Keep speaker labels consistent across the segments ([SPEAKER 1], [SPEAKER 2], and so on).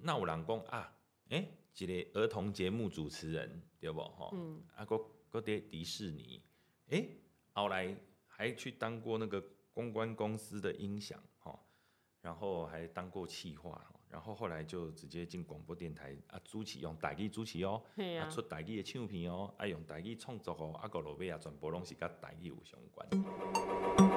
[SPEAKER 1] 那有人讲啊，诶、一个儿童节目主持人对不吼？嗯，啊，搁搁伫迪士尼，诶、后来还去当过那个公关公司的音响吼，然后还当过企划吼，然后后来就直接进广播电台啊，主持用台语主持哦，
[SPEAKER 2] 嘿啊
[SPEAKER 1] 出台语的唱片哦，啊用台语创作哦，啊到落尾啊全部拢是甲台语有相关。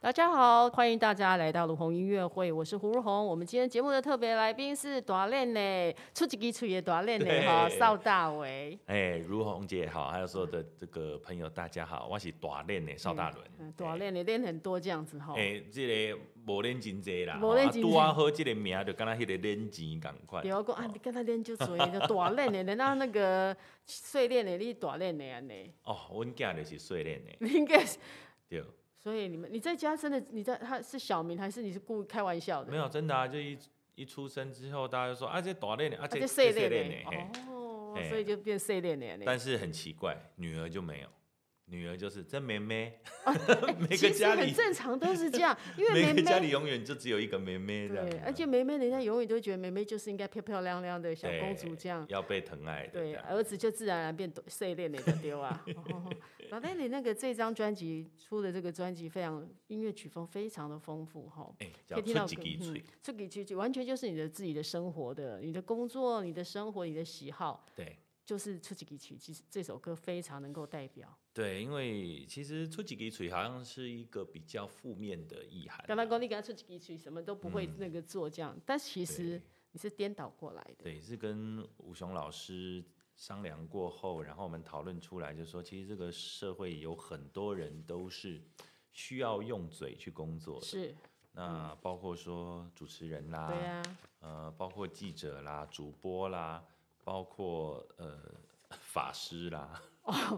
[SPEAKER 2] 大家好，欢迎大家来到卢红音乐会，我是胡如红。我们今天节目的特别来宾是短练嘞，出几支出也短练嘞
[SPEAKER 1] 对
[SPEAKER 2] 哈，邵大为。
[SPEAKER 1] 哎，如红姐好，还有所有的这个朋友大家好，我是大练的邵大伦
[SPEAKER 2] 嗯，短。练嘞练很多这样子哈。
[SPEAKER 1] 哎，这个无练真济啦，
[SPEAKER 2] 无练真多
[SPEAKER 1] 拄啊好这个名就敢若迄个练钱共款
[SPEAKER 2] 比。如讲啊，你跟他练就所以就短练嘞，人家那个碎练嘞，你 短练嘞安尼，
[SPEAKER 1] 哦，阮囝就是训练的，
[SPEAKER 2] 你应该是。
[SPEAKER 1] 对，
[SPEAKER 2] 所以你们你在家真的你在他是小明还是你是故意开玩笑的？
[SPEAKER 1] 没有真的啊，就一一出生之后，大家就说啊，这大练的，啊
[SPEAKER 2] 啊，
[SPEAKER 1] 这
[SPEAKER 2] 就碎
[SPEAKER 1] 这
[SPEAKER 2] 练
[SPEAKER 1] 练的，嘿
[SPEAKER 2] 嘞。哦
[SPEAKER 1] 嘿，
[SPEAKER 2] 所以就变碎练嘞安尼。
[SPEAKER 1] 但是很奇怪，女儿就没有，女儿就是这妹妹， 每个
[SPEAKER 2] 哦其实
[SPEAKER 1] 家
[SPEAKER 2] 很
[SPEAKER 1] 里
[SPEAKER 2] 正常，都是这 样，因为
[SPEAKER 1] 每个
[SPEAKER 2] 妹
[SPEAKER 1] 家
[SPEAKER 2] 妹
[SPEAKER 1] 里永远就只有一个妹妹这样子
[SPEAKER 2] 对，
[SPEAKER 1] 啊，
[SPEAKER 2] 而且梅梅人家永远都觉得梅梅就是应该漂漂亮亮的小
[SPEAKER 1] 对
[SPEAKER 2] 公主这样。
[SPEAKER 1] 要被疼爱的这
[SPEAKER 2] 对，
[SPEAKER 1] 样，
[SPEAKER 2] 儿子就自然而然变懂碎裂美的 丢啊。哦老戴你那个这张专辑出的这个专辑，非常音乐曲风非常的丰富哈、
[SPEAKER 1] 哎，
[SPEAKER 2] 可
[SPEAKER 1] 叫
[SPEAKER 2] 以听
[SPEAKER 1] 出
[SPEAKER 2] 到嗯
[SPEAKER 1] 几滴
[SPEAKER 2] 更
[SPEAKER 1] 嘴，，
[SPEAKER 2] 这个句句完全就是你的自己的生活的、你的工作、你的生活、你的喜好，
[SPEAKER 1] 对。
[SPEAKER 2] 就是出几个曲，其实这首歌非常能够代表。
[SPEAKER 1] 对，因为其实出几滴水好像是一个比较负面的意涵啊。
[SPEAKER 2] 刚刚高丽给他出几个曲，什么都不会那个做这样，但其实
[SPEAKER 1] 嗯对
[SPEAKER 2] 你是颠倒过来的。
[SPEAKER 1] 对，是跟吴雄老师商量过后，然后我们讨论出来，就说其实这个社会有很多人都是需要用嘴去工作的，
[SPEAKER 2] 是，
[SPEAKER 1] 那包括说主持人啦，
[SPEAKER 2] 对啊呀、
[SPEAKER 1] 呃，包括记者啦、主播啦，包括呃法师啦、
[SPEAKER 2] 哦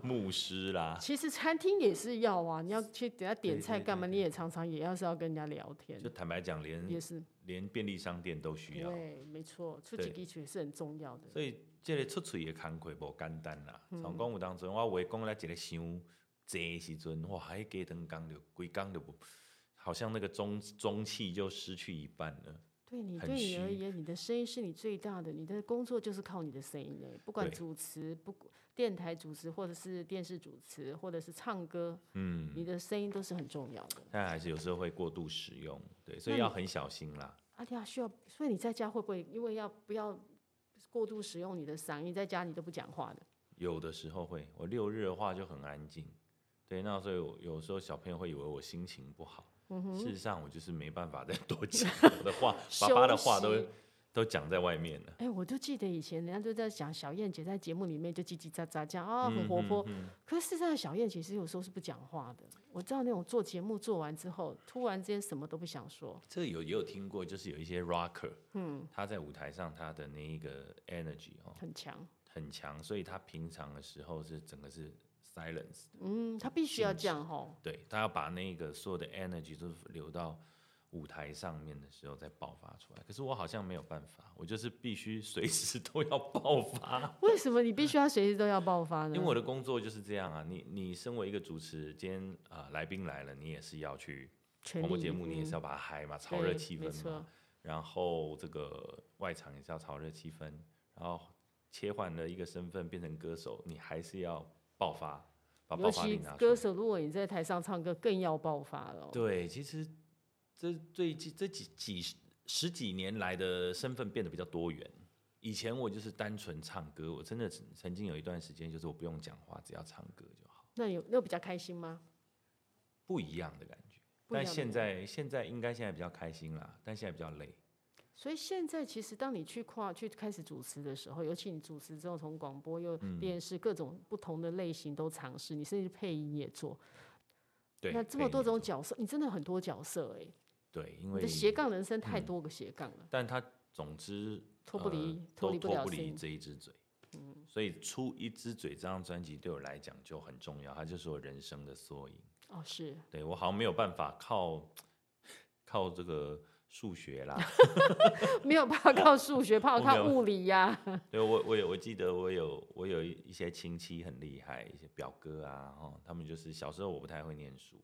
[SPEAKER 1] 牧师啦，
[SPEAKER 2] 其实餐厅也是要啊，你要去等下点
[SPEAKER 1] 对
[SPEAKER 2] 菜
[SPEAKER 1] 对
[SPEAKER 2] 干嘛？
[SPEAKER 1] 对
[SPEAKER 2] 你也常常也要是要跟人家聊天
[SPEAKER 1] 就，坦白讲，连
[SPEAKER 2] 也是
[SPEAKER 1] 连便利商店都需要。
[SPEAKER 2] 对，没错，出
[SPEAKER 1] 对
[SPEAKER 2] 几滴血是很重要的。
[SPEAKER 1] 所以这个出嘴的工课无简单啦。从讲有当阵，我话讲了一个伤济的时阵，哇，迄鸡汤讲就规工就不，好像那个中中气就失去一半了。
[SPEAKER 2] 对你
[SPEAKER 1] 很
[SPEAKER 2] 对你而
[SPEAKER 1] 虚
[SPEAKER 2] 言，你的声音是你最大的，你的工作就是靠你的声音嘞，不管
[SPEAKER 1] 对
[SPEAKER 2] 主持、不电台主持，或者是电视主持，或者是唱歌，
[SPEAKER 1] 嗯，
[SPEAKER 2] 你的声音都是很重要的。
[SPEAKER 1] 但还是有时候会过度使用，对，所以
[SPEAKER 2] 那你
[SPEAKER 1] 要很小心啦。
[SPEAKER 2] 阿迪亚啊需要，所以你在家会不会因为要不要过度使用你的嗓音，在家你都不讲话的？
[SPEAKER 1] 有的时候会，我六日的话就很安静。对，那所以我有时候小朋友会以为我心情不好，事实上我就是没办法再多讲我的话，爸爸的话
[SPEAKER 2] 休
[SPEAKER 1] 都
[SPEAKER 2] 息
[SPEAKER 1] 都讲在外面了。
[SPEAKER 2] 哎、我就记得以前人家都在讲小燕姐在节目里面就叽叽喳喳这样啊，
[SPEAKER 1] 嗯
[SPEAKER 2] 很活泼。可是事实上，小燕姐其实有时候是不讲话的。我知道那种做节目做完之后，突然之间什么都不想说。
[SPEAKER 1] 这有也有听过，就是有一些 rocker，嗯，他在舞台上他的那一个 energy 哦
[SPEAKER 2] 很强，
[SPEAKER 1] 很强，所以他平常的时候是整个是 silence，的
[SPEAKER 2] 嗯，她必须要这样吼，
[SPEAKER 1] 对他要把那个所有的 energy 都留到舞台上面的时候再爆发出来。可是我好像没有办法，我就是必须随时都要爆发，
[SPEAKER 2] 为什么你必须要随时都要爆发呢？
[SPEAKER 1] 因为我的工作就是这样啊。你你身为一个主持人，今天啊、呃来宾来了，你也是要去
[SPEAKER 2] 全
[SPEAKER 1] 广播
[SPEAKER 2] 力嗯
[SPEAKER 1] 节
[SPEAKER 2] 以
[SPEAKER 1] 目，你也
[SPEAKER 2] 赴
[SPEAKER 1] 是要把它嗨嘛，炒热
[SPEAKER 2] 对
[SPEAKER 1] 气
[SPEAKER 2] 没
[SPEAKER 1] 氛嘛
[SPEAKER 2] 错。
[SPEAKER 1] 然后这个外场也是要炒热气氛，然后切换了一个身份变成歌手，你还是要爆发，把爆
[SPEAKER 2] 尤
[SPEAKER 1] 发力
[SPEAKER 2] 其
[SPEAKER 1] 拿出
[SPEAKER 2] 歌
[SPEAKER 1] 来。
[SPEAKER 2] 手，如果你在台上唱歌，更要爆发了哦。
[SPEAKER 1] 对，其实这最近这几几十十几年来的身份变得比较多元。以前我就是单纯唱歌，我真的曾曾经有一段时间就是我不用讲话，只要唱歌就好，
[SPEAKER 2] 那有那比较开心吗？
[SPEAKER 1] 不一样的感觉。
[SPEAKER 2] 不一
[SPEAKER 1] 但
[SPEAKER 2] 样的
[SPEAKER 1] 现
[SPEAKER 2] 感
[SPEAKER 1] 在现在应该现在比较开心啦，但现在比较累。
[SPEAKER 2] 所以现在其实，当你去跨去开始主持的时候，尤其你主持之后，从广播又
[SPEAKER 1] 嗯
[SPEAKER 2] 电视、各种不同的类型都尝试，你甚至配音也做。
[SPEAKER 1] 对，
[SPEAKER 2] 那这么
[SPEAKER 1] 配
[SPEAKER 2] 多
[SPEAKER 1] 音
[SPEAKER 2] 种角色，你真的很多角色哎、
[SPEAKER 1] 对，因
[SPEAKER 2] 你
[SPEAKER 1] 为
[SPEAKER 2] 的斜杠人生太多个斜杠了，
[SPEAKER 1] 但他总之
[SPEAKER 2] 脱不离
[SPEAKER 1] 嗯呃
[SPEAKER 2] 脱离
[SPEAKER 1] 都
[SPEAKER 2] 不了
[SPEAKER 1] 脱
[SPEAKER 2] 嗯
[SPEAKER 1] 不离
[SPEAKER 2] 声音
[SPEAKER 1] 这一只嘴。所以出一只嘴这张专辑对我来讲就很重要，它就是我人生的缩影。
[SPEAKER 2] 哦是。
[SPEAKER 1] 对我好像没有办法靠靠这个数学 啦，
[SPEAKER 2] 没有办法靠数学，怕
[SPEAKER 1] 我没
[SPEAKER 2] 靠
[SPEAKER 1] 有
[SPEAKER 2] 物理呀、
[SPEAKER 1] 对我我有我记得我有我有一些亲戚很厉害，一些表哥啊，哦，他们就是小时候我不太会念书，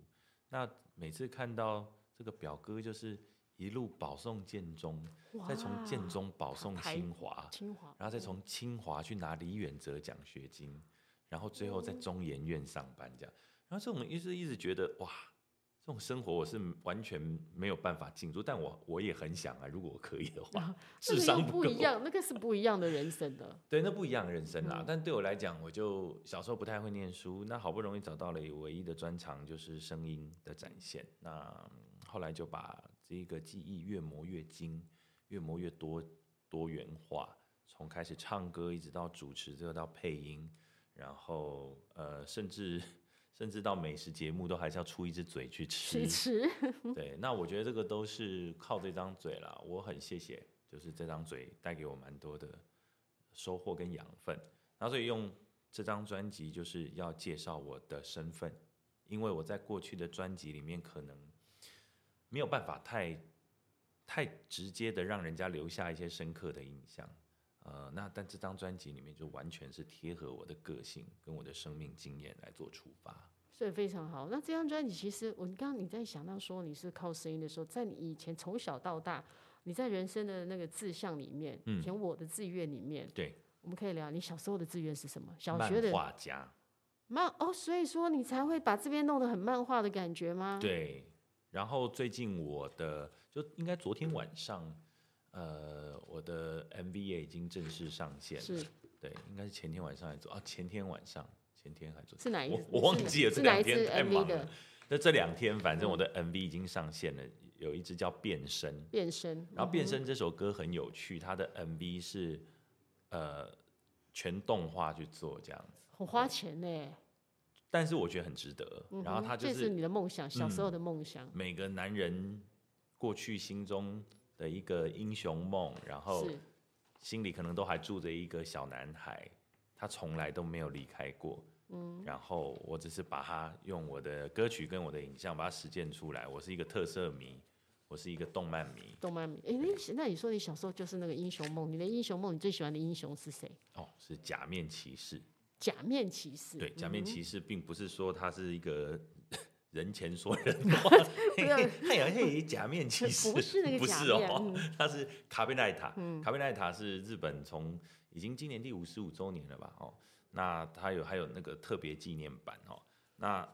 [SPEAKER 1] 那每次看到这个表哥，就是一路保送建中，
[SPEAKER 2] 哇
[SPEAKER 1] 再从建中保送
[SPEAKER 2] 排
[SPEAKER 1] 清华，
[SPEAKER 2] 清华，
[SPEAKER 1] 然后再从清华去拿李远哲奖学金，然后最后在
[SPEAKER 2] 嗯
[SPEAKER 1] 中研院上班这样。然后这种一直一直觉得哇，这种生活我是完全没有办法进入，但我我也很想啊，如果我可以的 话，
[SPEAKER 2] 那
[SPEAKER 1] 智
[SPEAKER 2] 个又
[SPEAKER 1] 商
[SPEAKER 2] 不
[SPEAKER 1] 够
[SPEAKER 2] 一。样，那个是不一样的人生的。
[SPEAKER 1] 对，那不一样的人生啦。但对我来讲，我就小时候不太会念书，那好不容易找到了唯一的专长就是声音的展现。那嗯后来就把这个记忆越磨越精，越磨越多多元化，从开始唱歌一直到主持，最后到配音，然后呃，甚至甚至到美食节目都还是要出一只嘴去
[SPEAKER 2] 其实
[SPEAKER 1] 对，那我觉得这个都是靠这张嘴啦，我很谢谢，就是这张嘴带给我蛮多的收获跟养分。然后所以用这张专辑就是要介绍我的身份，因为我在过去的专辑里面可能没有办法太太直接的让人家留下一些深刻的印象。呃，那但这张专辑里面就完全是贴合我的个性跟我的生命经验来做出发。
[SPEAKER 2] 所以非常好。那这张专辑其实，我刚刚你在想到说你是靠声音的时候，在你以前从小到大，你在人生的那个志向里面，
[SPEAKER 1] 嗯
[SPEAKER 2] 填我的志愿里面，
[SPEAKER 1] 对，
[SPEAKER 2] 我们可以聊你小时候的志愿是什么？小
[SPEAKER 1] 漫
[SPEAKER 2] 学的
[SPEAKER 1] 画家，
[SPEAKER 2] 漫哦，所以说你才会把这边弄得很漫画的感觉吗？，
[SPEAKER 1] 对，然后最近我的就应该昨天晚上，呃，我的 MV 也已经正式上线了。
[SPEAKER 2] 是
[SPEAKER 1] 对，应该是前天晚上还做啊，前天晚上，前天还做。
[SPEAKER 2] 是哪一
[SPEAKER 1] 我
[SPEAKER 2] 支
[SPEAKER 1] 我
[SPEAKER 2] 是
[SPEAKER 1] 忘
[SPEAKER 2] 哪
[SPEAKER 1] 记了，这
[SPEAKER 2] 是哪
[SPEAKER 1] 两
[SPEAKER 2] 一
[SPEAKER 1] 天
[SPEAKER 2] 支
[SPEAKER 1] 太
[SPEAKER 2] MV
[SPEAKER 1] 忙
[SPEAKER 2] 的
[SPEAKER 1] 了。那这两天，反正我的
[SPEAKER 2] 嗯
[SPEAKER 1] MV 已经上线了，有一支叫《变身》，
[SPEAKER 2] 变身？
[SPEAKER 1] 然后《变
[SPEAKER 2] 嗯哼
[SPEAKER 1] 身》这首歌很有趣，它的 MV 是呃全动画去做这样子，
[SPEAKER 2] 很花钱呢、
[SPEAKER 1] 但是我觉得很值得。
[SPEAKER 2] 嗯
[SPEAKER 1] 然后
[SPEAKER 2] 哼
[SPEAKER 1] 它就
[SPEAKER 2] 这
[SPEAKER 1] 是嗯
[SPEAKER 2] 是你的梦想，小时候的梦想。
[SPEAKER 1] 每个男人过去心中的一个英雄梦，然后
[SPEAKER 2] 是
[SPEAKER 1] 心里可能都还住着一个小男孩，他从来都没有离开过。嗯，然后我只是把它用我的歌曲跟我的影像把它实践出来。我是一个特色迷，我是一个动漫迷。
[SPEAKER 2] 动漫迷。哎、那那你说你小时候就是那个英雄梦，你的英雄梦，你最喜欢的英雄是谁？
[SPEAKER 1] 哦，是假面骑士。
[SPEAKER 2] 假面骑士。
[SPEAKER 1] 对，假面
[SPEAKER 2] 嗯
[SPEAKER 1] 骑士并不是说他是一个 人前说人 话，嘿
[SPEAKER 2] 要
[SPEAKER 1] 嘿他也他也假面骑士，
[SPEAKER 2] 不是那个
[SPEAKER 1] 不
[SPEAKER 2] 假
[SPEAKER 1] 是
[SPEAKER 2] 面嗯
[SPEAKER 1] 哦， 他是卡贝奈塔。卡贝奈塔是日本从已经今年第五十五周年了吧？哦，那他有还有那个特别纪念版哦。那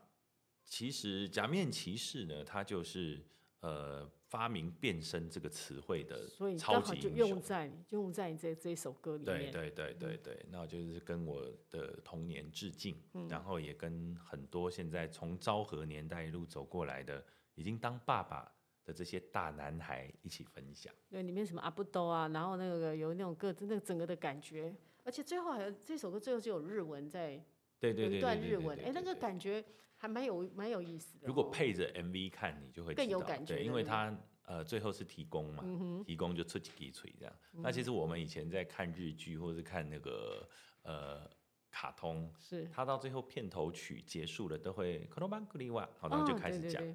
[SPEAKER 1] 其实假面骑士呢，他就是呃发明变身这个词汇的
[SPEAKER 2] 所以
[SPEAKER 1] 超
[SPEAKER 2] 刚好
[SPEAKER 1] 级
[SPEAKER 2] 就
[SPEAKER 1] 英雄
[SPEAKER 2] 用。在用在你这这一首歌里
[SPEAKER 1] 对
[SPEAKER 2] 面。
[SPEAKER 1] 对对对对，那我就是跟我的童年致敬，
[SPEAKER 2] 嗯
[SPEAKER 1] 然后也跟很多现在从昭和年代一路走过来的，已经当爸爸的这些大男孩一起分享。
[SPEAKER 2] 对，里面什么阿布兜啊，然后那个有那种各那个整个的感觉，而且最后还有这首歌最后就有日文在，
[SPEAKER 1] 对对
[SPEAKER 2] 有
[SPEAKER 1] 对对
[SPEAKER 2] 一段
[SPEAKER 1] 对
[SPEAKER 2] 日
[SPEAKER 1] 对
[SPEAKER 2] 文，
[SPEAKER 1] 对
[SPEAKER 2] 哎，那
[SPEAKER 1] 对
[SPEAKER 2] 个
[SPEAKER 1] 对
[SPEAKER 2] 感觉还蛮有蛮有意思的哦。
[SPEAKER 1] 如果配着 MV 看，你就会
[SPEAKER 2] 更
[SPEAKER 1] 知
[SPEAKER 2] 有
[SPEAKER 1] 道
[SPEAKER 2] 感觉
[SPEAKER 1] 对，因为
[SPEAKER 2] 对嗯不对
[SPEAKER 1] 它呃最后是提供嘛，提供就出几滴水这样。
[SPEAKER 2] 嗯
[SPEAKER 1] 那其实我们以前在看日剧或者是看那个呃卡通，
[SPEAKER 2] 是，
[SPEAKER 1] 它到最后片头曲结束了都会 k o n o b a n k i 好，然
[SPEAKER 2] 哦
[SPEAKER 1] 后就
[SPEAKER 2] 对
[SPEAKER 1] 开始
[SPEAKER 2] 对
[SPEAKER 1] 讲。
[SPEAKER 2] 对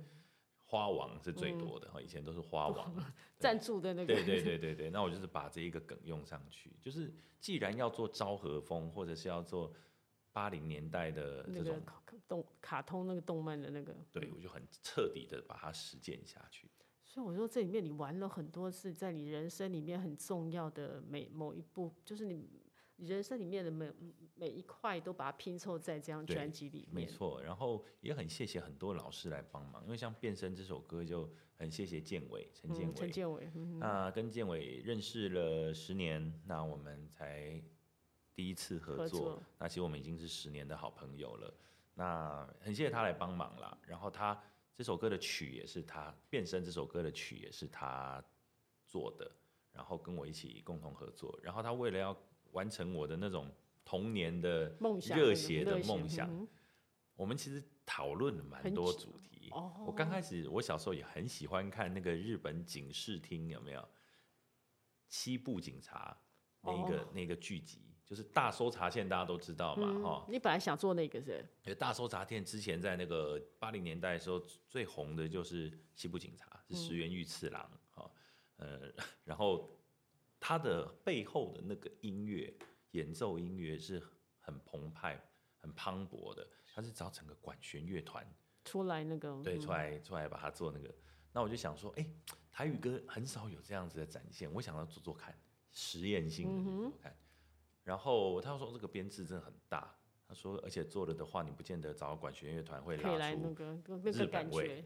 [SPEAKER 1] 花王是最
[SPEAKER 2] 嗯
[SPEAKER 1] 多的哈，以前都是花 王。
[SPEAKER 2] 赞助的那个，
[SPEAKER 1] 对 对对对对，那我就是把这一个梗用上去，就是既然要做昭和风，或者是要做八零年代的
[SPEAKER 2] 那
[SPEAKER 1] 这
[SPEAKER 2] 个嗯
[SPEAKER 1] 种，
[SPEAKER 2] 卡动卡通那个动漫的那个，
[SPEAKER 1] 对我就很彻底的把它实践下去。
[SPEAKER 2] 所以我说这里面你玩了很多次，在你人生里面很重要的每某一步，就是你你人生里面的每每一块都把它拼凑在这张
[SPEAKER 1] 对
[SPEAKER 2] 专辑里
[SPEAKER 1] 没
[SPEAKER 2] 面。
[SPEAKER 1] 错，然后也很谢谢很多老师来帮忙，因为像《变身》这首歌就很谢谢建伟陈建
[SPEAKER 2] 嗯，陈
[SPEAKER 1] 伟，
[SPEAKER 2] 建伟，嗯
[SPEAKER 1] 那跟建伟认识了十年，那我们才第一次合
[SPEAKER 2] 合
[SPEAKER 1] 作。
[SPEAKER 2] 作
[SPEAKER 1] 那其实我们已经是十年的好朋友了。那很谢谢他来帮忙啦。然后他这首歌的曲也是他《变身》这首歌的曲也是他做的，然后跟我一起共同合作。然后他为了要完成我的那种童年的
[SPEAKER 2] 梦想
[SPEAKER 1] 热
[SPEAKER 2] 那
[SPEAKER 1] 血的
[SPEAKER 2] 热
[SPEAKER 1] 梦想，
[SPEAKER 2] 嗯
[SPEAKER 1] 我们其实讨论了蛮
[SPEAKER 2] 很
[SPEAKER 1] 多
[SPEAKER 2] 久
[SPEAKER 1] 主题。
[SPEAKER 2] 哦
[SPEAKER 1] 我刚开始，我小时候也很喜欢看那个日本警视厅，有没有？西部警察那一个、
[SPEAKER 2] 哦
[SPEAKER 1] 那个剧集，就是大搜查线，大家都知道嘛，
[SPEAKER 2] 嗯
[SPEAKER 1] 哈、
[SPEAKER 2] 你本来想做那个是
[SPEAKER 1] 因为大搜查线之前在那个八零年代的时候最红的就是西部警察，是石原裕次郎哈、呃，然后他的背后的那个音乐演奏音乐是很澎湃、很磅礴的，它是找整个管弦乐团
[SPEAKER 2] 出来那个
[SPEAKER 1] 对，
[SPEAKER 2] 嗯
[SPEAKER 1] 出来出来把它做那个。那我就想说，哎、台语歌很少有这样子的展现，我想要做做看，实验性
[SPEAKER 2] 嗯
[SPEAKER 1] 的做做看。然后他说这个编制真的很大，他说而且做了的话，你不见得找管弦乐团会
[SPEAKER 2] 可以
[SPEAKER 1] 拉
[SPEAKER 2] 来
[SPEAKER 1] 出
[SPEAKER 2] 那个那
[SPEAKER 1] 日
[SPEAKER 2] 个
[SPEAKER 1] 本
[SPEAKER 2] 感
[SPEAKER 1] 味
[SPEAKER 2] 觉，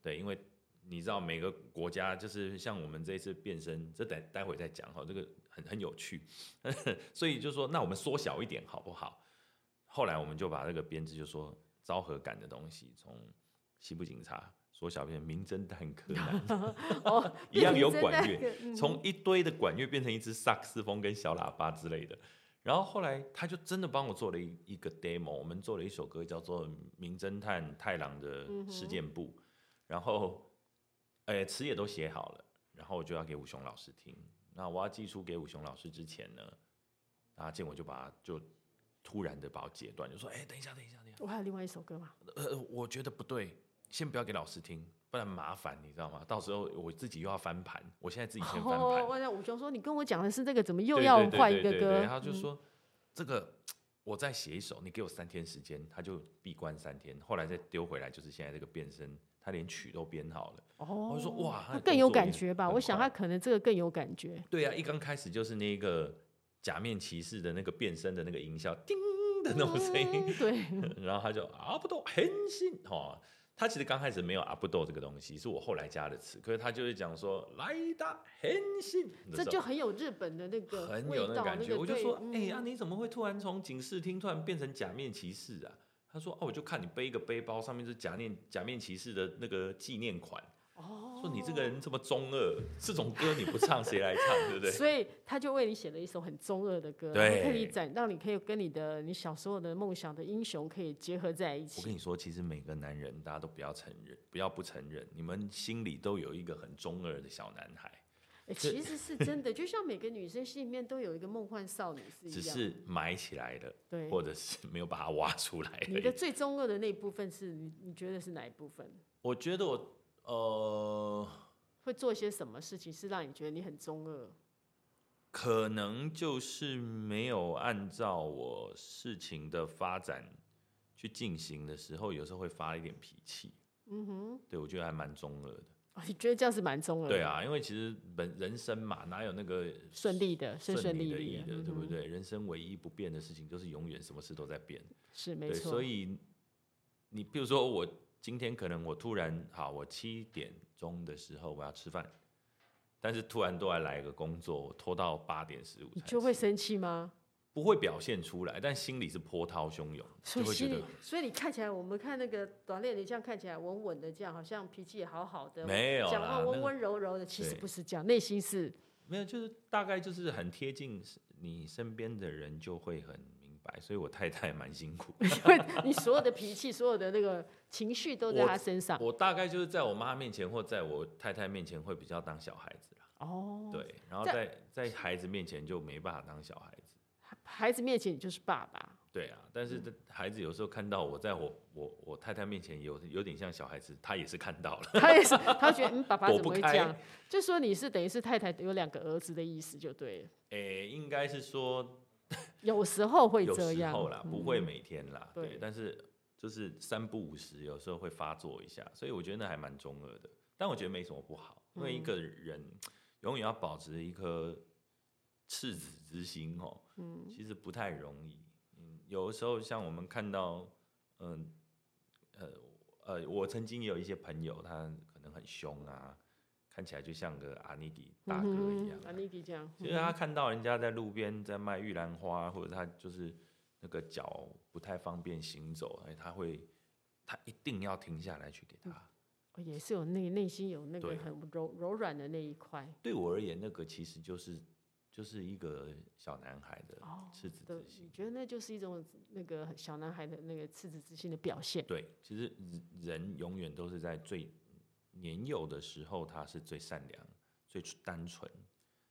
[SPEAKER 1] 对，因为你知道每个国家就是像我们这一次变身，这待待会再讲哈，这个很很有趣， 所以就说那我们缩小一点好不好？后来我们就把这个编制就说昭和感的东西从西部警察缩小变成名侦探啊柯南，，
[SPEAKER 2] 哦
[SPEAKER 1] 一样
[SPEAKER 2] 变
[SPEAKER 1] 有
[SPEAKER 2] 成
[SPEAKER 1] 管
[SPEAKER 2] 这
[SPEAKER 1] 乐
[SPEAKER 2] 个，嗯
[SPEAKER 1] 从一堆的管乐变成一支萨克斯风跟小喇叭之类的。然后后来他就真的帮我做了一一个 demo，我们做了一首歌叫做《名侦探太郎的
[SPEAKER 2] 嗯
[SPEAKER 1] 事件簿》，然后，呃，词也都写好了，然后我就要给武雄老师听。那我要寄出给武雄老师之前呢，阿健我就把它就突然的把我截断，就说：“哎、等一下，等一下，等一下。”
[SPEAKER 2] 我还有另外一首歌嘛，
[SPEAKER 1] 呃，我觉得不对，先不要给老师听，不然麻烦，你知道吗？到时候我自己又要翻盘，我现在自己先翻盘。
[SPEAKER 2] 哦，我想武雄说你跟我讲的是这个，怎么又
[SPEAKER 1] 对
[SPEAKER 2] 要
[SPEAKER 1] 对对
[SPEAKER 2] 换
[SPEAKER 1] 对
[SPEAKER 2] 一个
[SPEAKER 1] 对
[SPEAKER 2] 歌嗯
[SPEAKER 1] 对？他就说、这个我再写一首，你给我三天时间，他就闭关三天，后来再丢回来，就是现在这个变身，他连曲都编好了。
[SPEAKER 2] 哦
[SPEAKER 1] 我就说哇，
[SPEAKER 2] 他
[SPEAKER 1] 的
[SPEAKER 2] 更
[SPEAKER 1] 动
[SPEAKER 2] 有
[SPEAKER 1] 作
[SPEAKER 2] 感
[SPEAKER 1] 也
[SPEAKER 2] 觉吧？
[SPEAKER 1] 很
[SPEAKER 2] 我想
[SPEAKER 1] 快
[SPEAKER 2] 他可能这个更有感觉。
[SPEAKER 1] 对啊，一刚开始就是那个假面骑士的那个变身的那个音效，叮的 那种声音，
[SPEAKER 2] 嗯对，
[SPEAKER 1] 然后他就阿布豆很新哦。他其实刚开始没有阿布豆这个东西，是我后来加的词。可是他就是讲说来达很新，
[SPEAKER 2] 这就很有日本的那个
[SPEAKER 1] 很
[SPEAKER 2] 味
[SPEAKER 1] 有那个
[SPEAKER 2] 道
[SPEAKER 1] 感觉。
[SPEAKER 2] 个
[SPEAKER 1] 我就
[SPEAKER 2] 对
[SPEAKER 1] 说，
[SPEAKER 2] 嗯
[SPEAKER 1] 哎、呀、你怎么会突然从警视厅突然变成假面骑士啊？他说，哦、我就看你背一个背包，上面是假面假面骑士的那个纪念款。
[SPEAKER 2] 哦，
[SPEAKER 1] 说你这个人这么中二，这种歌你不唱谁来唱，对不对？
[SPEAKER 2] 所以他就为你写了一首很中二的歌，
[SPEAKER 1] 对
[SPEAKER 2] 可以展，让你可以跟你的你小时候的梦想的英雄可以结合在一
[SPEAKER 1] 我跟
[SPEAKER 2] 起。
[SPEAKER 1] 你说，其实每个男人，大家都不要承认，不要不承认，你们心里都有一个很中二的小男孩，
[SPEAKER 2] 哎其实是真的，就像每个女生心里面都有一个梦幻少女是一
[SPEAKER 1] 只
[SPEAKER 2] 样，
[SPEAKER 1] 是埋起来了，
[SPEAKER 2] 对
[SPEAKER 1] 或者是没有把它挖出来而
[SPEAKER 2] 你的
[SPEAKER 1] 已。
[SPEAKER 2] 最中二的那一部分是你你觉得是哪一部分？
[SPEAKER 1] 我觉得我呃，
[SPEAKER 2] 会做些什么事情是让你觉得你很中二？
[SPEAKER 1] 可能就是没有按照我事情的发展去进行的时候，有时候会发一点脾气。
[SPEAKER 2] 嗯哼，
[SPEAKER 1] 对，我觉得还蛮中二的。
[SPEAKER 2] 哦你觉得这样是蛮中二？
[SPEAKER 1] 对，啊，因为其实本人生嘛，哪有那个
[SPEAKER 2] 顺利的，顺顺利
[SPEAKER 1] 的意的，
[SPEAKER 2] 嗯
[SPEAKER 1] 对不对？人生唯一不变的事情就是永远什么事都在变。
[SPEAKER 2] 是没
[SPEAKER 1] 对，
[SPEAKER 2] 错。
[SPEAKER 1] 所以你比如说我今天可能我突然好，我七点钟的时候我要吃饭，但是突然都来来一个工作，我拖到八点十五
[SPEAKER 2] 你
[SPEAKER 1] 才
[SPEAKER 2] 就会
[SPEAKER 1] 吃
[SPEAKER 2] 生气吗？
[SPEAKER 1] 不会表现出来，但心里是波涛汹涌，
[SPEAKER 2] 所
[SPEAKER 1] 就
[SPEAKER 2] 以
[SPEAKER 1] 会觉
[SPEAKER 2] 心里
[SPEAKER 1] 得，
[SPEAKER 2] 所以你看起来，我们看那个短链，你这样看起来稳稳的，这样好像脾气也好好的，
[SPEAKER 1] 没有
[SPEAKER 2] 讲
[SPEAKER 1] 啦
[SPEAKER 2] 话
[SPEAKER 1] 那
[SPEAKER 2] 温
[SPEAKER 1] 个
[SPEAKER 2] 温柔柔的，其实
[SPEAKER 1] 对
[SPEAKER 2] 不是这样，内 心是
[SPEAKER 1] 没有，就是大概就是很贴近你身边的人，就会很明白。所以我太太蛮辛苦，
[SPEAKER 2] 你所有的脾气，所有的那个情绪都在
[SPEAKER 1] 我
[SPEAKER 2] 他身上。
[SPEAKER 1] 我大概就是在我妈面前或在我太太面前会比较当小孩子啦，
[SPEAKER 2] 哦，，
[SPEAKER 1] 对，然后
[SPEAKER 2] 这
[SPEAKER 1] 在在孩子面前就没办法当小孩子。
[SPEAKER 2] 孩子面前你就是爸爸，
[SPEAKER 1] 对啊，但是这孩子有时候看到我在我我我太太面前有有点像小孩子，他也是看到了，
[SPEAKER 2] 他也是，他觉得 嗯，爸爸
[SPEAKER 1] 躲
[SPEAKER 2] 怎么
[SPEAKER 1] 不
[SPEAKER 2] 会这
[SPEAKER 1] 开
[SPEAKER 2] 样？就说你是等于是太太有两个儿子的意思，就对了。
[SPEAKER 1] 诶、应该是说
[SPEAKER 2] 有时候会
[SPEAKER 1] 有
[SPEAKER 2] 这
[SPEAKER 1] 时
[SPEAKER 2] 样，嗯
[SPEAKER 1] 候啦，不会每天啦，
[SPEAKER 2] 对
[SPEAKER 1] 对，但是就是三不五时，有时候会发作一下，所以我觉得那还蛮中二的，但我觉得没什么不好，因为一
[SPEAKER 2] 嗯
[SPEAKER 1] 个人永远要保持一颗赤子之心哦，
[SPEAKER 2] 嗯
[SPEAKER 1] 其实不太容易，嗯，有的时候像我们看到，嗯，呃呃，我曾经也有一些朋友，他可能很凶啊，看起来就像个阿尼迪大哥一样啊、
[SPEAKER 2] 阿尼迪这样，
[SPEAKER 1] 其实他看到人家在路边在卖玉兰花，或者他就是那个脚不太方便行走，哎，他会他一定要停下来去给他。
[SPEAKER 2] 哦也是有内内心有那个
[SPEAKER 1] 对啊
[SPEAKER 2] 很柔柔软的那一块。
[SPEAKER 1] 对我而言，那个其实就是就是一个小男孩的
[SPEAKER 2] 哦
[SPEAKER 1] 赤子
[SPEAKER 2] 的
[SPEAKER 1] 之，心。
[SPEAKER 2] 你觉得那就是一种那个小男孩的那个赤子之心的表现。
[SPEAKER 1] 对，其实人人永远都是在最年幼的时候，他是最善良、最单纯。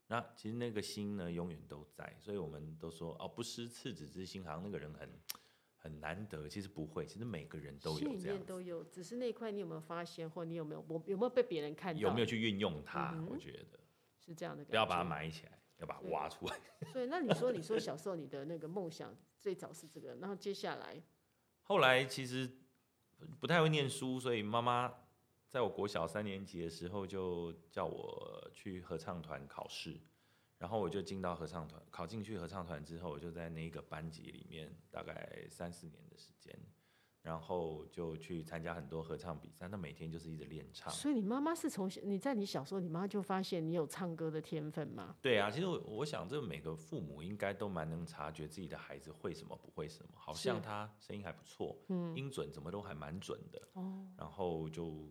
[SPEAKER 1] 那其实那个心呢，永远都在。所以我们都说哦，不失赤子之心，好像那个人很很难得。其实不会，其实每个人都
[SPEAKER 2] 心
[SPEAKER 1] 有
[SPEAKER 2] 里
[SPEAKER 1] 这样
[SPEAKER 2] 面
[SPEAKER 1] 子，
[SPEAKER 2] 都有，只是那一块你有没有发现，或你有没有我有没有被别人看到？
[SPEAKER 1] 有没有去运用它？
[SPEAKER 2] 嗯
[SPEAKER 1] 我觉得
[SPEAKER 2] 是这样的感觉？
[SPEAKER 1] 不要把它埋起来，要把它
[SPEAKER 2] 对
[SPEAKER 1] 挖出来。
[SPEAKER 2] 所以那你说，你说小 时候你的那个梦想最早是这个，然后接下来
[SPEAKER 1] 后来其实不太会念书，所以妈妈在我国小三年级的时候就叫我去合唱团考试，然后我就进到合唱团，考进去合唱团之后，我就在那个班级里面大概三四年的时间，然后就去参加很多合唱比赛，那每天就是一直练唱。
[SPEAKER 2] 所以你妈妈是从小你在你小时候，你妈就发现你有唱歌的天分吗？
[SPEAKER 1] 对啊，其实我我想，这每个父母应该都蛮能察觉自己的孩子会什么不会什么，好
[SPEAKER 2] 是
[SPEAKER 1] 像他声音还不错，嗯，音准怎么都还蛮准的，
[SPEAKER 2] 哦，
[SPEAKER 1] 然后就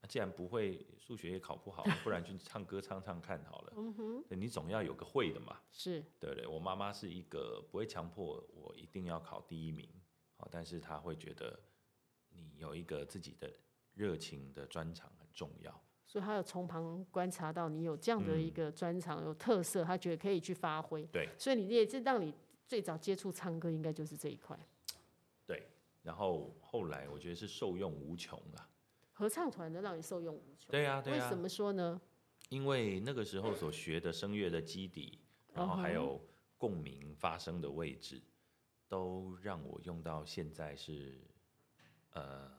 [SPEAKER 1] 啊既然不会，数学也考不好，不然去唱歌唱唱看好了。
[SPEAKER 2] 嗯哼，
[SPEAKER 1] 对你总要有个会的嘛，
[SPEAKER 2] 是
[SPEAKER 1] 对不对？我妈妈是一个不会强迫我一定要考第一名，好，但是她会觉得你有一个自己的热情的专长很重要。
[SPEAKER 2] 所以他有从旁观察到你有这样的
[SPEAKER 1] 嗯
[SPEAKER 2] 一个专长、有特色，他觉得可以去发挥。
[SPEAKER 1] 对，
[SPEAKER 2] 所以你也是让你最早接触唱歌，应该就是这一块。
[SPEAKER 1] 然后后来我觉得是受用无穷啊了。
[SPEAKER 2] 合唱团的让你受用无穷。
[SPEAKER 1] 对呀、对啊
[SPEAKER 2] 为
[SPEAKER 1] 呀、
[SPEAKER 2] 什么说呢？哦
[SPEAKER 1] 因为那个时候所学的声乐的基底，
[SPEAKER 2] 嗯
[SPEAKER 1] 然后还有共鸣发声的位置，都让我用到现在是，呃，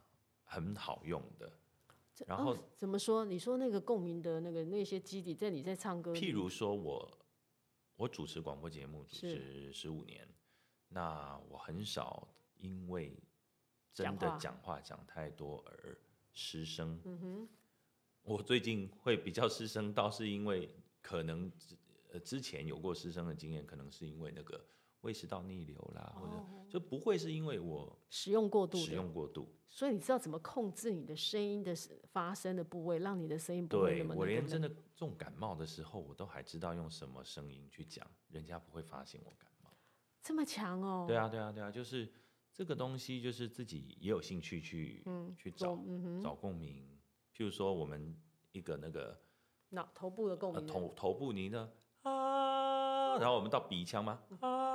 [SPEAKER 1] 很好用的。
[SPEAKER 2] 这
[SPEAKER 1] 然后
[SPEAKER 2] 哦怎么说？你说那个共鸣的那个那些基底，在你在唱歌，
[SPEAKER 1] 譬如说我，我主持广播节目主
[SPEAKER 2] 是
[SPEAKER 1] 持十五年，那我很少因为真
[SPEAKER 2] 讲
[SPEAKER 1] 的
[SPEAKER 2] 话
[SPEAKER 1] 讲话讲太多而失声。
[SPEAKER 2] 嗯哼，
[SPEAKER 1] 我最近会比较失声，倒是因为可能之呃之前有过失声的经验，可能是因为那个胃食道逆流啦，或者
[SPEAKER 2] 哦，
[SPEAKER 1] 就不会是因为我
[SPEAKER 2] 使用过度
[SPEAKER 1] 使
[SPEAKER 2] 的，
[SPEAKER 1] 用过度。
[SPEAKER 2] 所以你知道怎么控制你的声音的发声的部位，让你的声音不会
[SPEAKER 1] 对
[SPEAKER 2] 那么
[SPEAKER 1] 我
[SPEAKER 2] 那个
[SPEAKER 1] 连真
[SPEAKER 2] 冷
[SPEAKER 1] 的重感冒的时候，我都还知道用什么声音去讲，人家不会发现我感冒。
[SPEAKER 2] 这么强哦。
[SPEAKER 1] 对啊，对啊，对啊，就是这个东西，就是自己也有兴趣去、
[SPEAKER 2] 嗯，
[SPEAKER 1] 去
[SPEAKER 2] 做
[SPEAKER 1] 找
[SPEAKER 2] 嗯哼，
[SPEAKER 1] 找共鸣。譬如说，我们一个那个
[SPEAKER 2] 脑头部的共
[SPEAKER 1] 呃
[SPEAKER 2] 鸣的，
[SPEAKER 1] 头头部你呢啊，然后我们到鼻腔吗？
[SPEAKER 2] 嗯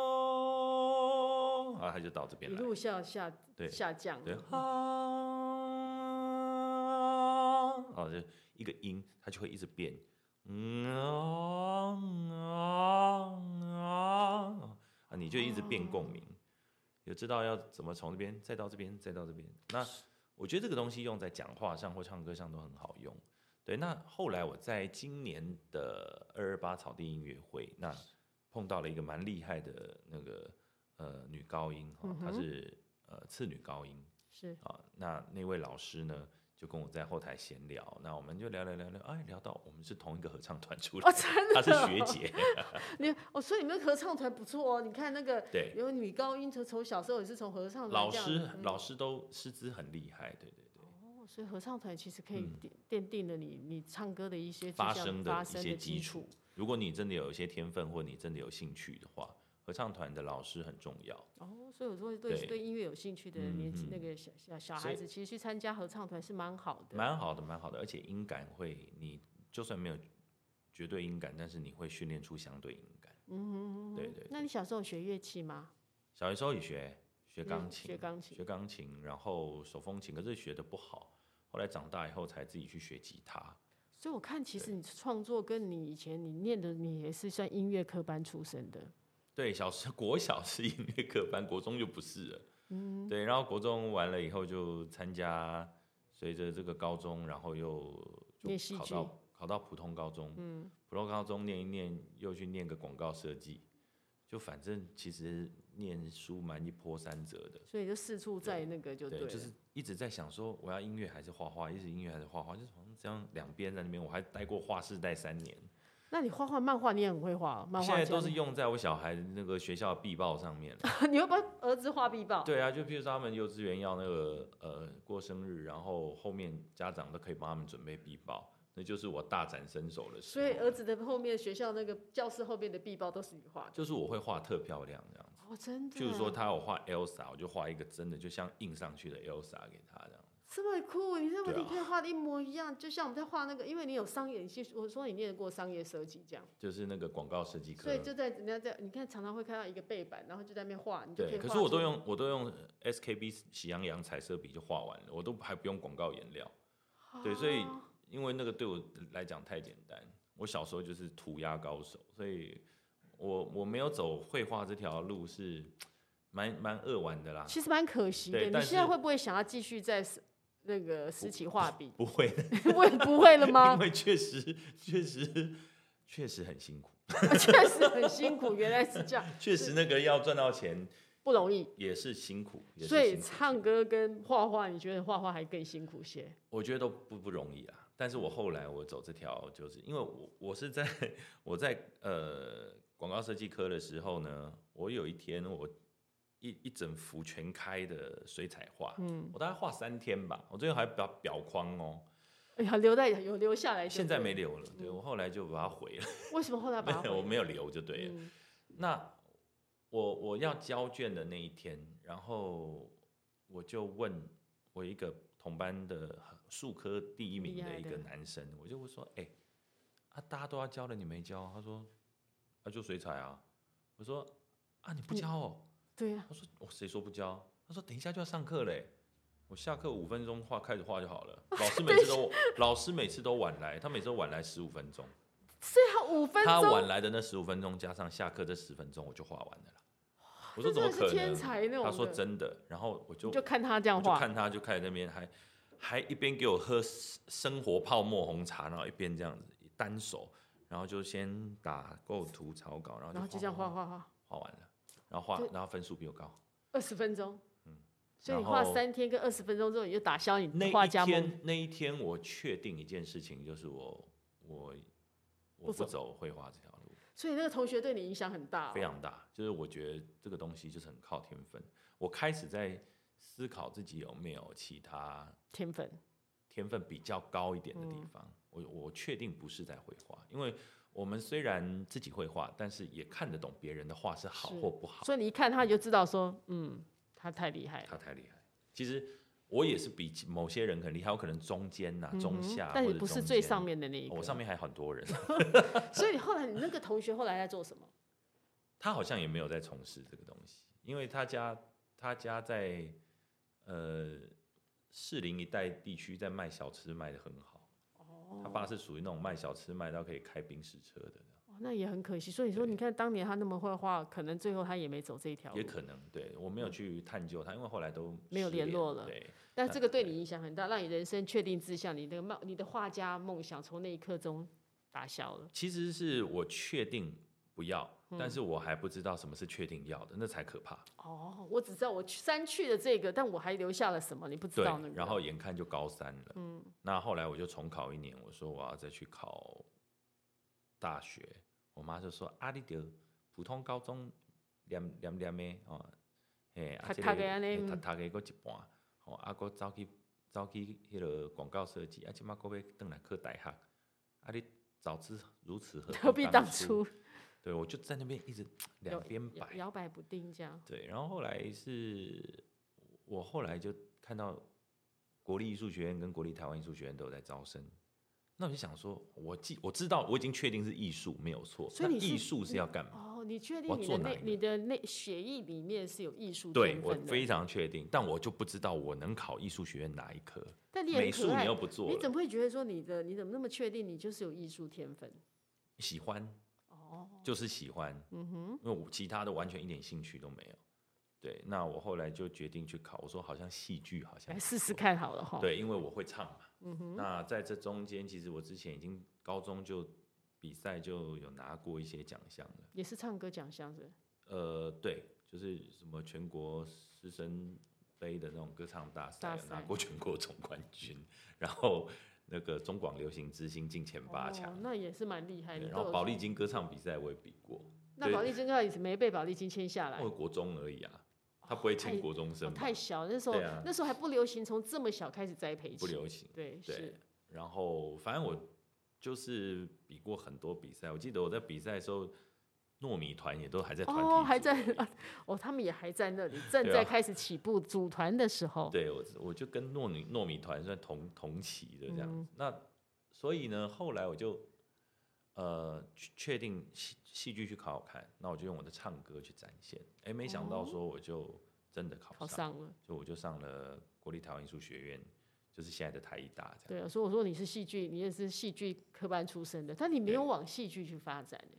[SPEAKER 1] 啊，啊，它就到这边
[SPEAKER 2] 一
[SPEAKER 1] 来，
[SPEAKER 2] 路下下
[SPEAKER 1] 对
[SPEAKER 2] 下降，
[SPEAKER 1] 对啊，啊，就一个音，它就会一直变，嗯啊啊啊，啊，你就一直变共鸣，有知道要怎么从这边再到这边再到这边。那我觉得这个东西用在讲话上或唱歌上都很好用。对，那后来我在今年的二二八草地音乐会，那碰到了一个蛮厉害的那个呃女高音哈
[SPEAKER 2] 嗯，
[SPEAKER 1] 她
[SPEAKER 2] 哼
[SPEAKER 1] 是呃次女高音，
[SPEAKER 2] 是
[SPEAKER 1] 啊，那那位老师呢，就跟我在后台闲聊，那我们就聊聊聊聊，哎，聊到我们是同一个合唱团出来
[SPEAKER 2] 哦，
[SPEAKER 1] 的，
[SPEAKER 2] 真
[SPEAKER 1] 她
[SPEAKER 2] 的，
[SPEAKER 1] 是学，姐，
[SPEAKER 2] 你哦，所以你们合唱团不错哦。你看那个
[SPEAKER 1] 对，
[SPEAKER 2] 有女高音，从从小时候也是从合唱团
[SPEAKER 1] 老
[SPEAKER 2] 这样
[SPEAKER 1] 师
[SPEAKER 2] 嗯
[SPEAKER 1] 老师都师资很厉害，对对对，
[SPEAKER 2] 哦所以合唱团其实可以
[SPEAKER 1] 嗯
[SPEAKER 2] 奠奠定了你你唱歌的一些就
[SPEAKER 1] 发
[SPEAKER 2] 像
[SPEAKER 1] 声的
[SPEAKER 2] 发
[SPEAKER 1] 一
[SPEAKER 2] 声
[SPEAKER 1] 些
[SPEAKER 2] 的
[SPEAKER 1] 基
[SPEAKER 2] 基
[SPEAKER 1] 础。如果你真的有一些天分，或你真的有兴趣的话，合唱团的老师很重要。
[SPEAKER 2] 哦，所以我说对
[SPEAKER 1] 对
[SPEAKER 2] 对音乐有兴趣的
[SPEAKER 1] 嗯
[SPEAKER 2] 年纪
[SPEAKER 1] 嗯
[SPEAKER 2] 那个小小小
[SPEAKER 1] 所
[SPEAKER 2] 孩
[SPEAKER 1] 以
[SPEAKER 2] 子，其实去参加合唱团是蛮好的。
[SPEAKER 1] 蛮好的，蛮好的，而且音感会，你就算没有绝对音感，但是你会训练出相对音感。
[SPEAKER 2] 嗯，
[SPEAKER 1] 对对
[SPEAKER 2] 那你小时候有学乐器吗？
[SPEAKER 1] 小的时候也学学钢
[SPEAKER 2] 嗯
[SPEAKER 1] 琴，
[SPEAKER 2] 学钢琴
[SPEAKER 1] 学钢琴，然后手风琴，可是学的不好。后来长大以后才自己去学吉他，
[SPEAKER 2] 所以我看，其
[SPEAKER 1] 对
[SPEAKER 2] 实你创作跟你以前你念的，你也是算音乐科班出身的。
[SPEAKER 1] 对，小时 国小是音乐课班，国中就不是了。嗯，对，然后国中完了以后就参加，随着这个高中，然后又
[SPEAKER 2] 念
[SPEAKER 1] 就
[SPEAKER 2] 戏
[SPEAKER 1] 考
[SPEAKER 2] 剧
[SPEAKER 1] 到考到普通高中，嗯，普通高中念一念，又去念个广告设计，就反正其实念书蛮一波三折的。
[SPEAKER 2] 所以就四处在那个就
[SPEAKER 1] 对，
[SPEAKER 2] 了，
[SPEAKER 1] 就是一直在想说我要音乐还是画画，一直音乐还是画画，就是好像这样两边在那边，我还待过画室待三年，
[SPEAKER 2] 那你画画漫画你也很会画、哦，漫
[SPEAKER 1] 现
[SPEAKER 2] 画
[SPEAKER 1] 在都
[SPEAKER 2] 家
[SPEAKER 1] 是用在我小孩那个学校的壁报上面了。
[SPEAKER 2] 你会帮儿子画壁报？
[SPEAKER 1] 对啊，就譬如说他们幼稚园要那个呃过生日，然后后面家长都可以帮他们准备壁报，那就是我大展身手的时
[SPEAKER 2] 所以呃
[SPEAKER 1] 候，
[SPEAKER 2] 儿子的后面学校那个教室后面的壁报都是你画的
[SPEAKER 1] 就是我会画特漂亮这样子。
[SPEAKER 2] 哦，真的啊，
[SPEAKER 1] 譬如说他有画 Elsa，我就画一个真的就像印上去的 Elsa 给他这样。
[SPEAKER 2] 这么酷，你认为
[SPEAKER 1] 对啊
[SPEAKER 2] 你可以画的一模一样，就像我们在画那个，因为你有商业，其实我说你念过商业设计这样，
[SPEAKER 1] 就是那个广告设计课，
[SPEAKER 2] 所以就在人家在你看常常会看到一个背板，然后就在那边画，你就可
[SPEAKER 1] 对，
[SPEAKER 2] 以画出。
[SPEAKER 1] 可是我都用我都用 SKB 喜羊羊彩色笔就画完了，我都还不用广告颜料，对所以
[SPEAKER 2] 啊
[SPEAKER 1] 因为那个对我来讲太简单。我小时候就是涂鸦高手，所以我我没有走绘画这条路是蛮蛮扼腕的啦。
[SPEAKER 2] 其实蛮可惜的。
[SPEAKER 1] 对
[SPEAKER 2] 你
[SPEAKER 1] 但
[SPEAKER 2] 现在
[SPEAKER 1] 是
[SPEAKER 2] 会不会想要继续再是那个实体画笔？
[SPEAKER 1] 不会的，
[SPEAKER 2] 我也不会了
[SPEAKER 1] 因
[SPEAKER 2] 吗？
[SPEAKER 1] 为确实确实确实很辛苦，
[SPEAKER 2] 确实很辛苦，原来是这样，
[SPEAKER 1] 确实那个要赚到钱
[SPEAKER 2] 不容易。
[SPEAKER 1] 也是辛苦，也
[SPEAKER 2] 所
[SPEAKER 1] 是
[SPEAKER 2] 以
[SPEAKER 1] 辛苦。
[SPEAKER 2] 唱歌跟画画，你觉得画画还更辛苦些？
[SPEAKER 1] 我觉得都不不容易啊。但是我后来我走这条，就是因为我我是在我在呃广告设计科的时候呢，我有一天我一一整幅全开的水彩画，
[SPEAKER 2] 嗯，
[SPEAKER 1] 我大概画三天吧，我最后还把裱框哦，
[SPEAKER 2] 哎呀，留在有留下来就对了。
[SPEAKER 1] 现在没留了，对我后来就把它毁了，
[SPEAKER 2] 为什么后来嗯把它
[SPEAKER 1] 没 有我没
[SPEAKER 2] 有
[SPEAKER 1] 有留就对了。那我我要交卷的那一天，然后我就问我一个同班的数科第一名
[SPEAKER 2] 厉害
[SPEAKER 1] 的一个
[SPEAKER 2] 的
[SPEAKER 1] 男生，我就会说：“哎、啊，大家都要交了，你没交？”他说：“啊，就水彩啊。”我说：“啊，
[SPEAKER 2] 嗯
[SPEAKER 1] 你不交哦？”
[SPEAKER 2] 对呀、
[SPEAKER 1] 他说：“我谁说不交？”他说：“等一下就要上课嘞。”我下课五分钟画开始画就好了。老师每次都老师每次都晚来，他每次都晚来十五分钟。
[SPEAKER 2] 最好五分
[SPEAKER 1] 他晚
[SPEAKER 2] 钟，
[SPEAKER 1] 来的那十五分钟加上下课这十分钟，我就画完了啦。我说
[SPEAKER 2] 这
[SPEAKER 1] 怎么
[SPEAKER 2] 真的
[SPEAKER 1] 可
[SPEAKER 2] 是天
[SPEAKER 1] 能？
[SPEAKER 2] 才那种的。
[SPEAKER 1] 他说真的，然后我就
[SPEAKER 2] 你就看他这
[SPEAKER 1] 我
[SPEAKER 2] 样
[SPEAKER 1] 就
[SPEAKER 2] 画，
[SPEAKER 1] 看他就开始那边还还一边给我喝生生活泡沫红茶，然后一边这样子单手，然后就先打构图草稿，然后
[SPEAKER 2] 然后就这样画
[SPEAKER 1] 画
[SPEAKER 2] 画画
[SPEAKER 1] 画完了，然后画
[SPEAKER 2] 就
[SPEAKER 1] 然后分数比我高。
[SPEAKER 2] 二十分钟。所以
[SPEAKER 1] 嗯然
[SPEAKER 2] 你画
[SPEAKER 1] 后
[SPEAKER 2] 三天跟二十分钟之后，你就打消
[SPEAKER 1] 那
[SPEAKER 2] 你画
[SPEAKER 1] 一
[SPEAKER 2] 家梦。
[SPEAKER 1] 天那一天我确定一件事情，就是我我
[SPEAKER 2] 不
[SPEAKER 1] 我不
[SPEAKER 2] 走
[SPEAKER 1] 走绘画这条路。
[SPEAKER 2] 所以那个同学对你影响很大、哦
[SPEAKER 1] 非。常大。就是我觉得这个东西就是很靠天分。我开始在思考自己有没有其他
[SPEAKER 2] 天分，
[SPEAKER 1] 天分比较高一点的
[SPEAKER 2] 嗯
[SPEAKER 1] 地方。我我确定不是在绘画，因为我们虽然自己会画，但是也看得懂别人的画是好
[SPEAKER 2] 是
[SPEAKER 1] 或不好。
[SPEAKER 2] 所以你一看他你就知道说，嗯，他太厉害了。
[SPEAKER 1] 他太厉害。其实我也是比起某些人很厉害，我可能中间呐、中下、或
[SPEAKER 2] 嗯但你
[SPEAKER 1] 者
[SPEAKER 2] 不是
[SPEAKER 1] 中
[SPEAKER 2] 最
[SPEAKER 1] 间
[SPEAKER 2] 上。面的那一
[SPEAKER 1] 哦
[SPEAKER 2] 个。
[SPEAKER 1] 我上面还有很多人，
[SPEAKER 2] 所以你后来你那个同学后来在 做什么？
[SPEAKER 1] 他好像也没有在从事这个东西，因为他家他家在呃士林一带地区在卖小吃卖的很好，他
[SPEAKER 2] 哦，
[SPEAKER 1] 爸是属于那种卖小吃卖到可以开宾士车的，
[SPEAKER 2] 那也很可惜。所以你说，你看当年他那么会画，可能最后他也没走这一条路
[SPEAKER 1] 也。可能对我没有去探究他，因为后来都
[SPEAKER 2] 嗯没有
[SPEAKER 1] 失
[SPEAKER 2] 联络了
[SPEAKER 1] 对，
[SPEAKER 2] 但这个对你影响很大，让你人生确定志向，你的梦，你的画家梦想从那一刻中打消了。
[SPEAKER 1] 其实是我确定不要，
[SPEAKER 2] 嗯
[SPEAKER 1] 但是我还不知道什么是确定要的，那才可怕。
[SPEAKER 2] 哦，我只知道我去删去了这个，但我还留下了什么？你不知
[SPEAKER 1] 对
[SPEAKER 2] 道那个。，
[SPEAKER 1] 然后眼看就高三了，
[SPEAKER 2] 嗯，
[SPEAKER 1] 那后来我就重考一年，我说我要再去考大学，我妈就说啊，你得普通高中念念念的哦，嘿，啊，
[SPEAKER 2] 读读的安尼
[SPEAKER 1] 读
[SPEAKER 2] 嗯
[SPEAKER 1] 读个搁一半，哦，啊，搁走去走去迄落广告设计，啊，即马搁要转来去大学，啊，你早知如此何
[SPEAKER 2] 何必当初？
[SPEAKER 1] 对，我就在那边一直两边摆
[SPEAKER 2] 摇，摇摆不定这样？
[SPEAKER 1] 对，然后后来是我后来就看到国立艺术学院跟国立台湾艺术学院都有在招生，那我就想说，我记我知道我已经确定是艺术没有错，
[SPEAKER 2] 所以
[SPEAKER 1] 那
[SPEAKER 2] 你是
[SPEAKER 1] 艺术是要干嘛？
[SPEAKER 2] 哦，你确
[SPEAKER 1] 嗯我
[SPEAKER 2] 定你
[SPEAKER 1] 做
[SPEAKER 2] 的
[SPEAKER 1] 哪
[SPEAKER 2] 内
[SPEAKER 1] 一个
[SPEAKER 2] 你的内血液里面是有艺术
[SPEAKER 1] 对
[SPEAKER 2] 天
[SPEAKER 1] 我
[SPEAKER 2] 分的，
[SPEAKER 1] 非常确定，但我就不知道我能考艺术学院哪一科，
[SPEAKER 2] 但你也
[SPEAKER 1] 美
[SPEAKER 2] 很
[SPEAKER 1] 术
[SPEAKER 2] 可
[SPEAKER 1] 你
[SPEAKER 2] 爱
[SPEAKER 1] 又。不做
[SPEAKER 2] 你怎
[SPEAKER 1] 了，
[SPEAKER 2] 么会觉得说你的你怎么那么确定你就是有艺术天
[SPEAKER 1] 哎
[SPEAKER 2] 分？
[SPEAKER 1] 喜欢
[SPEAKER 2] 哦，
[SPEAKER 1] 就是喜欢，
[SPEAKER 2] 嗯哼，
[SPEAKER 1] 因为我其他的完全一点兴趣都没有。对，那我后来就决定去考，我说好像戏剧好像
[SPEAKER 2] 来试试
[SPEAKER 1] 看。
[SPEAKER 2] 看好了哈。，
[SPEAKER 1] 对，因为我会唱嘛。
[SPEAKER 2] 嗯哼，
[SPEAKER 1] 那在这中间，其实我之前已经高中就比赛就有拿过一些奖项了。
[SPEAKER 2] 也是唱歌奖项是不是？
[SPEAKER 1] 呃，对，就是什么全国师生杯的那种歌唱大赛，
[SPEAKER 2] 大
[SPEAKER 1] 有拿
[SPEAKER 2] 赛
[SPEAKER 1] 过全国总冠军， 然后那个中广流行之星进前八强
[SPEAKER 2] 哦，，那也是蛮厉害。
[SPEAKER 1] 对
[SPEAKER 2] 你
[SPEAKER 1] 然
[SPEAKER 2] 都
[SPEAKER 1] 后
[SPEAKER 2] 有
[SPEAKER 1] 保
[SPEAKER 2] 去
[SPEAKER 1] 丽金歌唱比赛我也比过，
[SPEAKER 2] 那
[SPEAKER 1] 对
[SPEAKER 2] 保利金到底是没被保利金签下来
[SPEAKER 1] 我，国中而已啊，他不会
[SPEAKER 2] 太
[SPEAKER 1] 签国中
[SPEAKER 2] 哦
[SPEAKER 1] 生吧，
[SPEAKER 2] 太小，那时候
[SPEAKER 1] 对啊
[SPEAKER 2] 那时候还不流行从这么小开始栽培
[SPEAKER 1] 不
[SPEAKER 2] 起，
[SPEAKER 1] 流行。
[SPEAKER 2] 对
[SPEAKER 1] 对
[SPEAKER 2] 是，，
[SPEAKER 1] 然后反正我就是比过很多比赛，我记得我在比赛的时候，糯米团也都还在团体组
[SPEAKER 2] 哦还在
[SPEAKER 1] 而已
[SPEAKER 2] 哦，他们也还在那里，正
[SPEAKER 1] 对啊
[SPEAKER 2] 在开始起步组团的时候，
[SPEAKER 1] 对我我就跟糯米糯米团算同同期的这样
[SPEAKER 2] 嗯
[SPEAKER 1] 子。那所以呢，后来我就呃确确定戏戏剧去考考看，那我就用我的唱歌去展现。哎，没想到
[SPEAKER 2] 哦
[SPEAKER 1] 说我就真的考
[SPEAKER 2] 考
[SPEAKER 1] 上，
[SPEAKER 2] 上了。
[SPEAKER 1] 就我就上了国立台湾艺术学院，就是现在的台艺大这样。
[SPEAKER 2] 对啊，所以我说你欸是戏剧，你也是戏剧科班出身的，但你没有往戏剧去发展耶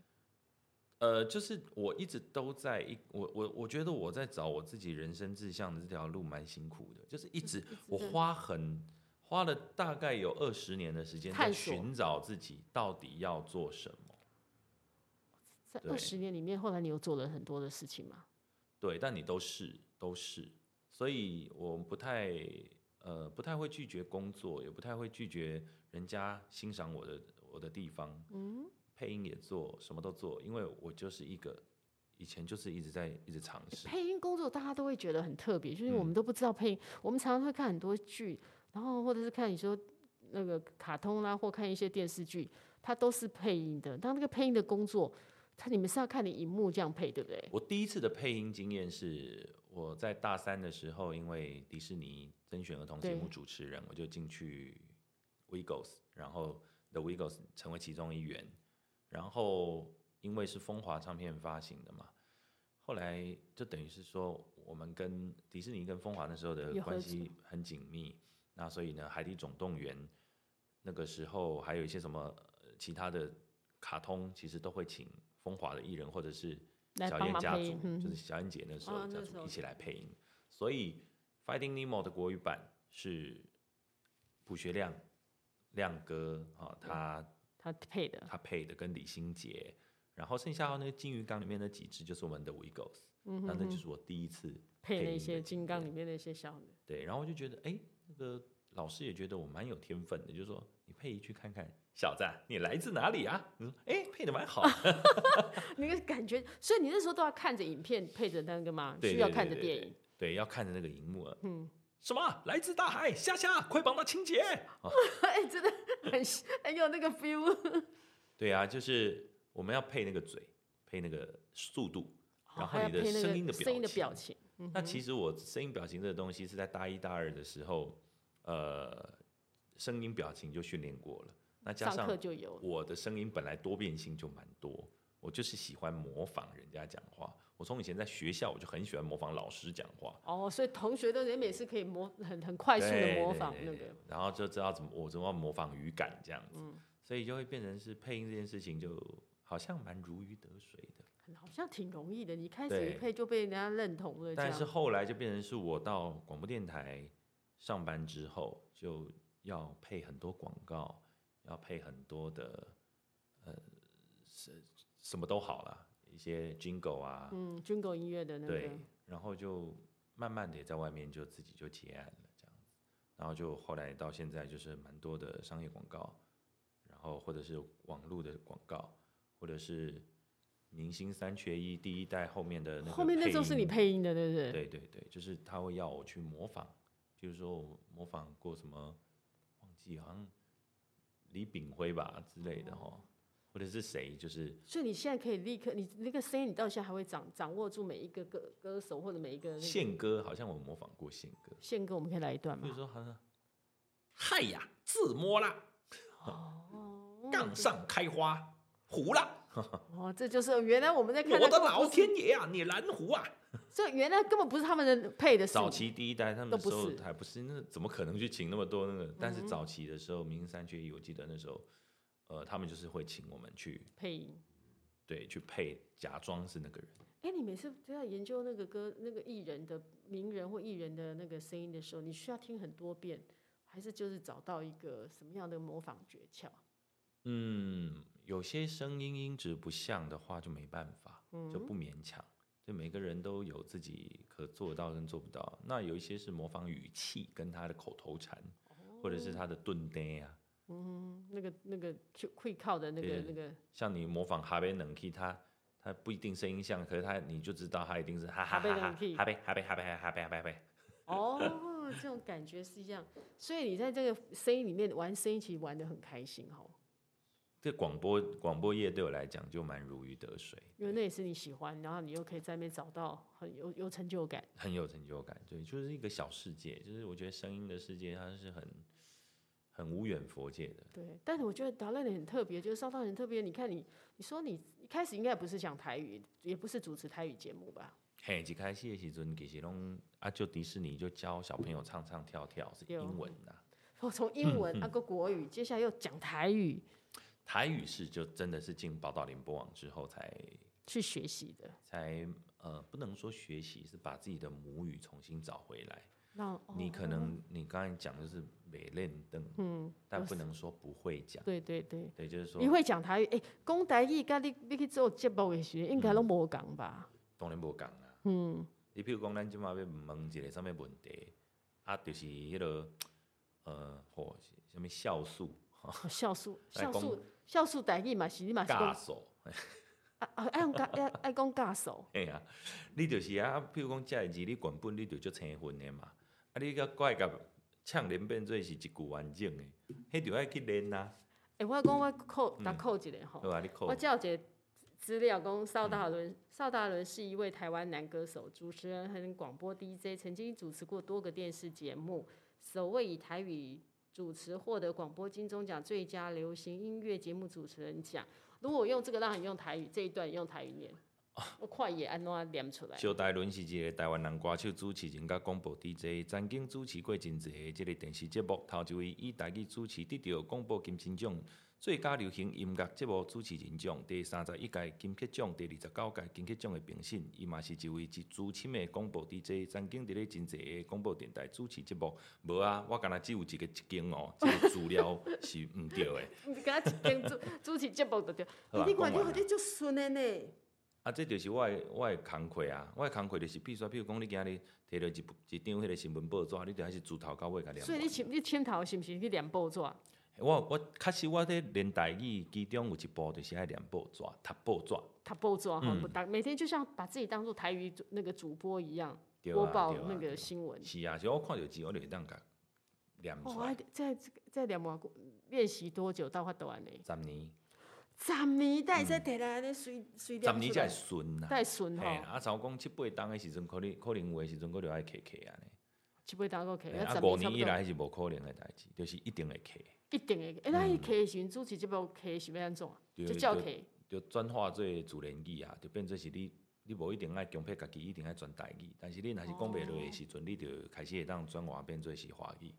[SPEAKER 1] 呃，就是我一直都在一我我我觉得我在找我自己人生志向的这条路蛮辛苦的，就是一直我
[SPEAKER 2] 嗯在
[SPEAKER 1] 花很花了大概有二十年的时间在
[SPEAKER 2] 探索
[SPEAKER 1] 寻找自己到底要做什么。
[SPEAKER 2] 在
[SPEAKER 1] 对
[SPEAKER 2] 二十年里面，后来你又做了很多的事情嘛？
[SPEAKER 1] 对，但你都是都是，所以我不太呃不太会拒绝工作，也不太会拒绝人家欣赏我的我的地方。
[SPEAKER 2] 嗯，
[SPEAKER 1] 配音也做，什么都做，因为我就是一个以前就是一直在一直尝试。
[SPEAKER 2] 配音工作大家都会觉得很特别，就是我
[SPEAKER 1] 嗯
[SPEAKER 2] 们都不知道配音，我们常常会看很多剧，然后或者是看你说那个卡通啦，或看一些电视剧，它都是配音的。当那个配音的工作，它你们是要看你荧幕这样配，对不对？
[SPEAKER 1] 我第一次的配音经验是我在大三的时候，因为迪士尼甄选儿童节目
[SPEAKER 2] 对
[SPEAKER 1] 主持人，我就进去 Wiggles，然后 The Wiggles 成为其中一员。然后因为是风华唱片发行的嘛，后来就等于是说我们跟迪士尼跟风华那时候的
[SPEAKER 2] 有合
[SPEAKER 1] 关
[SPEAKER 2] 作
[SPEAKER 1] 系很紧密。那所以呢，《海底总动员》那个时候还有一些什么呃其他的卡通，其实都会请风华的艺人或者是
[SPEAKER 2] 来
[SPEAKER 1] 小
[SPEAKER 2] 帮
[SPEAKER 1] 燕
[SPEAKER 2] 忙
[SPEAKER 1] 家
[SPEAKER 2] 配
[SPEAKER 1] 族
[SPEAKER 2] 音，嗯
[SPEAKER 1] 就是小燕姐那时候
[SPEAKER 3] 哦
[SPEAKER 1] 家
[SPEAKER 3] 那时
[SPEAKER 1] 族
[SPEAKER 3] 候
[SPEAKER 1] 一起来配音，所以《Finding Nemo》的国语版是朴学亮亮哥啊、他
[SPEAKER 2] 它配的，
[SPEAKER 1] 他配的跟李心洁，然后剩下那个金鱼缸里面那几只就是我们的 Wiggles，
[SPEAKER 2] 嗯
[SPEAKER 1] 那
[SPEAKER 2] 哼
[SPEAKER 1] 那就
[SPEAKER 2] 哼
[SPEAKER 1] 是我第一次
[SPEAKER 2] 配
[SPEAKER 1] 配
[SPEAKER 2] 那
[SPEAKER 1] 音
[SPEAKER 2] 些
[SPEAKER 1] 的
[SPEAKER 2] 金
[SPEAKER 1] 经
[SPEAKER 2] 刚
[SPEAKER 1] 验
[SPEAKER 2] 里面那些小的，
[SPEAKER 1] 对，然后我就觉得哎、那个老师也觉得我蛮有天分的，就说你配一句看看，小子啊、你来自哪里啊？你说哎、配的蛮好的，
[SPEAKER 2] 那个感觉，所以你那时候都要看着影片配着那个嘛，
[SPEAKER 1] 对
[SPEAKER 2] 需
[SPEAKER 1] 对
[SPEAKER 2] 要
[SPEAKER 1] 对
[SPEAKER 2] 看着
[SPEAKER 1] 对
[SPEAKER 2] 电
[SPEAKER 1] 对
[SPEAKER 2] 影，
[SPEAKER 1] 对，要看着那个荧幕啊。
[SPEAKER 2] 嗯，
[SPEAKER 1] 什么？来自大海，虾虾，快帮他清洁！哦，
[SPEAKER 2] 哎，真的很很有那个 feel。
[SPEAKER 1] 对啊，就是我们要配那个嘴，配那个速度，然后
[SPEAKER 2] 哦还要
[SPEAKER 1] 你的
[SPEAKER 2] 配那
[SPEAKER 1] 声
[SPEAKER 2] 个
[SPEAKER 1] 音的
[SPEAKER 2] 声音的
[SPEAKER 1] 表
[SPEAKER 2] 表情，
[SPEAKER 1] 那其实我声音表情这个东西是在大一大二的时候，呃，声音表情就训练过了。那加
[SPEAKER 2] 上
[SPEAKER 1] 上
[SPEAKER 2] 课就有了。
[SPEAKER 1] 我的声音本来多变性就蛮多，我就是喜欢模仿人家讲话。我从以前在学校我就很喜欢模仿老师讲话，
[SPEAKER 2] 哦，所以同学都人每次可以模很很快速
[SPEAKER 1] 对
[SPEAKER 2] 的模
[SPEAKER 1] 对
[SPEAKER 2] 仿
[SPEAKER 1] 对
[SPEAKER 2] 那
[SPEAKER 1] 对
[SPEAKER 2] 个，
[SPEAKER 1] 然后就知道怎么我怎么模仿语感这样子，所以就会变成是配音这件事情就好像蛮如鱼得水的。
[SPEAKER 2] 好像挺容易的。你开始
[SPEAKER 1] 对
[SPEAKER 2] 一配就被人家认同了，这
[SPEAKER 1] 但是
[SPEAKER 2] 样
[SPEAKER 1] 后来就变成是我到广播电台上班之后，就要配很多广告，要配很多的呃什什么都好啦，一些 jingle 啊，
[SPEAKER 2] 嗯，军狗音乐的那个
[SPEAKER 1] 对，然后就慢慢的也在外面就自己就结案了这样子，然后就后来到现在就是蛮多的商业广告，然后或者是网络的广告，或者是明星三缺一第一代后面的那个
[SPEAKER 2] 后面那
[SPEAKER 1] 配
[SPEAKER 2] 时候是你
[SPEAKER 1] 音
[SPEAKER 2] 配音的，对不对？
[SPEAKER 1] 对对对，就是他会要我去模仿，比如说我模仿过什么，忘记好像李炳辉吧之类
[SPEAKER 2] 哦
[SPEAKER 1] 的哈，或者是谁就是。
[SPEAKER 2] 所以你现在可以立刻，你那个声音，你到现在还会掌掌握住每一个歌歌手或者每一个那个
[SPEAKER 1] 宪哥好像我模仿过宪哥，
[SPEAKER 2] 宪歌，我们可以来一段
[SPEAKER 1] 比如
[SPEAKER 2] 吗？
[SPEAKER 1] 说好像，嗨呀，自摸啦，
[SPEAKER 2] 哦，
[SPEAKER 1] 杠上开花，糊啦，
[SPEAKER 2] 哦，这就是原来我们在看那个，
[SPEAKER 1] 天爷啊，你蓝湖啊！
[SPEAKER 2] 这原来根本不是他们的配的，是
[SPEAKER 1] 早期第一代他们
[SPEAKER 2] 都
[SPEAKER 1] 那
[SPEAKER 2] 不
[SPEAKER 1] 时候
[SPEAKER 2] 是嗯
[SPEAKER 1] 还不是，那怎么可能去请那么多那个？但是早期的时候，《明星三缺一》，我记得那时候，呃，他们就是会请我们去
[SPEAKER 2] 配音。
[SPEAKER 1] 对去配，假装是那个人。
[SPEAKER 2] 哎、你每次都要研究那个歌、那个艺人的名人或艺人的那个声音的时候，你需要听很多遍，还是就是找到一个什么样的模仿诀窍？
[SPEAKER 1] 嗯，有些声音音质不像的话，就没办法，就
[SPEAKER 2] 嗯
[SPEAKER 1] 不勉强。就每个人都有自己可做到跟做不到。那有一些是模仿语气跟他的口头禅，或者
[SPEAKER 2] 哦
[SPEAKER 1] 是他的顿呆啊。
[SPEAKER 2] 嗯，那个那个就会靠的那个
[SPEAKER 1] 对
[SPEAKER 2] 那个
[SPEAKER 1] 像你模仿哈贝冷 key，他他不一定声音像，可是他你就知道他一定是哈哈哈
[SPEAKER 2] 哈贝
[SPEAKER 1] 哈
[SPEAKER 2] 冷 key
[SPEAKER 1] 哈贝哈贝哈贝哈贝哈贝哈贝。
[SPEAKER 2] 哦，这种感觉是这样。所以你在这个声音里面玩声音，其实玩的很开心哈，
[SPEAKER 1] 这广播广播业对我来讲就蛮如鱼得水，
[SPEAKER 2] 因为那也是你喜欢，然后你又可以在那边找到很有有成就感。
[SPEAKER 1] 很有成就感。对，就是一个小世界，就是我觉得声音的世界它是很很无远佛界的。
[SPEAKER 2] 对，但是我觉得达赖人很特别，就是邵道人特别。你看你，你说你一开始应该不是讲台语，也不是主持台语节目吧？
[SPEAKER 1] 嘿，一开始的时阵其实拢啊，就迪士尼就教小朋友唱唱跳跳是
[SPEAKER 2] 对哦
[SPEAKER 1] 英文啊呐、
[SPEAKER 2] 我从
[SPEAKER 1] 嗯
[SPEAKER 2] 英文啊个国语，接下来又讲台语，
[SPEAKER 1] 台语是就真的是进宝岛联播网之后才
[SPEAKER 2] 去学习的，
[SPEAKER 1] 才呃不能说学习，是把自己的母语重新找回来。
[SPEAKER 2] 让
[SPEAKER 1] 你
[SPEAKER 2] 哦
[SPEAKER 1] 可能你刚才讲就是没练灯，
[SPEAKER 2] 嗯，
[SPEAKER 1] 但
[SPEAKER 2] 有
[SPEAKER 1] 不能说不会讲。
[SPEAKER 2] 对对对。
[SPEAKER 1] 对，就是说
[SPEAKER 2] 你会讲台语？诶，讲台语，甲你你去做节目的时候，应该
[SPEAKER 1] 嗯
[SPEAKER 2] 拢无讲吧？
[SPEAKER 1] 当然无讲啦。
[SPEAKER 2] 嗯，
[SPEAKER 1] 你譬如讲，咱即马要问一个啥物问题，啊，就是迄、落呃，吼、是啥物酵素、
[SPEAKER 2] 哦酵素，
[SPEAKER 1] 来
[SPEAKER 2] 酵
[SPEAKER 1] 讲
[SPEAKER 2] 素，酵素台语嘛是你嘛是
[SPEAKER 1] 酵
[SPEAKER 2] 讲
[SPEAKER 1] 素，
[SPEAKER 2] 啊啊爱用教爱爱讲教手，
[SPEAKER 1] 嘿啊，你就是啊，譬如讲，遮个字你原本你就足青分的嘛，啊，你甲怪甲呛连变做是一句完整的，迄就爱去练啊，
[SPEAKER 2] 诶，我讲我扣
[SPEAKER 1] 嗯
[SPEAKER 2] 打扣一个吼
[SPEAKER 1] 对，吧？你靠
[SPEAKER 2] 哦我，叫一个资料讲邵大伦，邵大伦是一位台湾男歌手、主持人和广播 DJ，曾经主持过多个电视节目，首位以台语主持获得广播金钟奖最佳流行音乐节目主持人奖。如果我用这个让你用台语，这一段你用台语 念，我快也安怎念出来？
[SPEAKER 1] 小戴伦是一个台湾男歌手、主持人甲广播 DJ，曾经主持过真侪个即个电视节目，头一位以台语主持得到广播金星奖。最佳流行音乐节目主持人奖、第三十一届金曲奖、第二十九届金曲奖的评审，伊嘛是一位是资深的广播 DJ，曾经伫咧真侪个广播电台主持节目。无啊，我敢若只有一个一间哦，即、个资料是毋对的。
[SPEAKER 2] 你给他一边 主主持节目就对。
[SPEAKER 1] 好啊
[SPEAKER 2] 你
[SPEAKER 1] 讲
[SPEAKER 2] 看你
[SPEAKER 1] 完
[SPEAKER 2] 好，
[SPEAKER 1] 了
[SPEAKER 2] 你就顺的呢。
[SPEAKER 1] 啊，这就是我的我的工课啊，我的工课就是必须，比如讲你今日摕到一部一张迄个新闻报纸，你就还是自头到尾甲念
[SPEAKER 2] 所以
[SPEAKER 1] 完。
[SPEAKER 2] 你请你签头是不是去念报纸？啊
[SPEAKER 1] 我我确实我咧练台语，其中有一部就是爱念报纸、读报纸。
[SPEAKER 2] 他报纸哈，
[SPEAKER 1] 嗯
[SPEAKER 2] 不当每天就像把自己当做台语主那个主播一样，
[SPEAKER 1] 对啊
[SPEAKER 2] 播报
[SPEAKER 1] 对啊
[SPEAKER 2] 那
[SPEAKER 1] 对
[SPEAKER 2] 个
[SPEAKER 1] 啊
[SPEAKER 2] 新闻。
[SPEAKER 1] 是啊，所以我看到字我就会当甲念
[SPEAKER 2] 哦，
[SPEAKER 1] 出
[SPEAKER 2] 我
[SPEAKER 1] 来。
[SPEAKER 2] 在这个在两万练习多久到发抖完呢？
[SPEAKER 1] 十年，
[SPEAKER 2] 十年代在提来安随随
[SPEAKER 1] 十年才会顺呐。
[SPEAKER 2] 带顺
[SPEAKER 1] 嘿
[SPEAKER 2] 吼，
[SPEAKER 1] 啦，啊，超讲七八档的时阵，可能可能有的时阵，我就爱客客安尼。
[SPEAKER 2] 七八当个 K，
[SPEAKER 1] 嘿
[SPEAKER 2] 那
[SPEAKER 1] 啊，
[SPEAKER 2] 十
[SPEAKER 1] 五
[SPEAKER 2] 年差
[SPEAKER 1] 年
[SPEAKER 2] 不
[SPEAKER 1] 以
[SPEAKER 2] 多
[SPEAKER 1] 来是无可能的代志，就是一定会客，
[SPEAKER 2] 一定的。哎，那伊 K 时候主持这部 K 是要安怎样？
[SPEAKER 1] 嗯对
[SPEAKER 2] 就叫
[SPEAKER 1] 对
[SPEAKER 2] K，
[SPEAKER 1] 就转化做自然语啊，就变做是你你无一定爱强迫家己一定爱转台语，但是你若是讲袂落的时阵，你就开始会当转换变做是华语。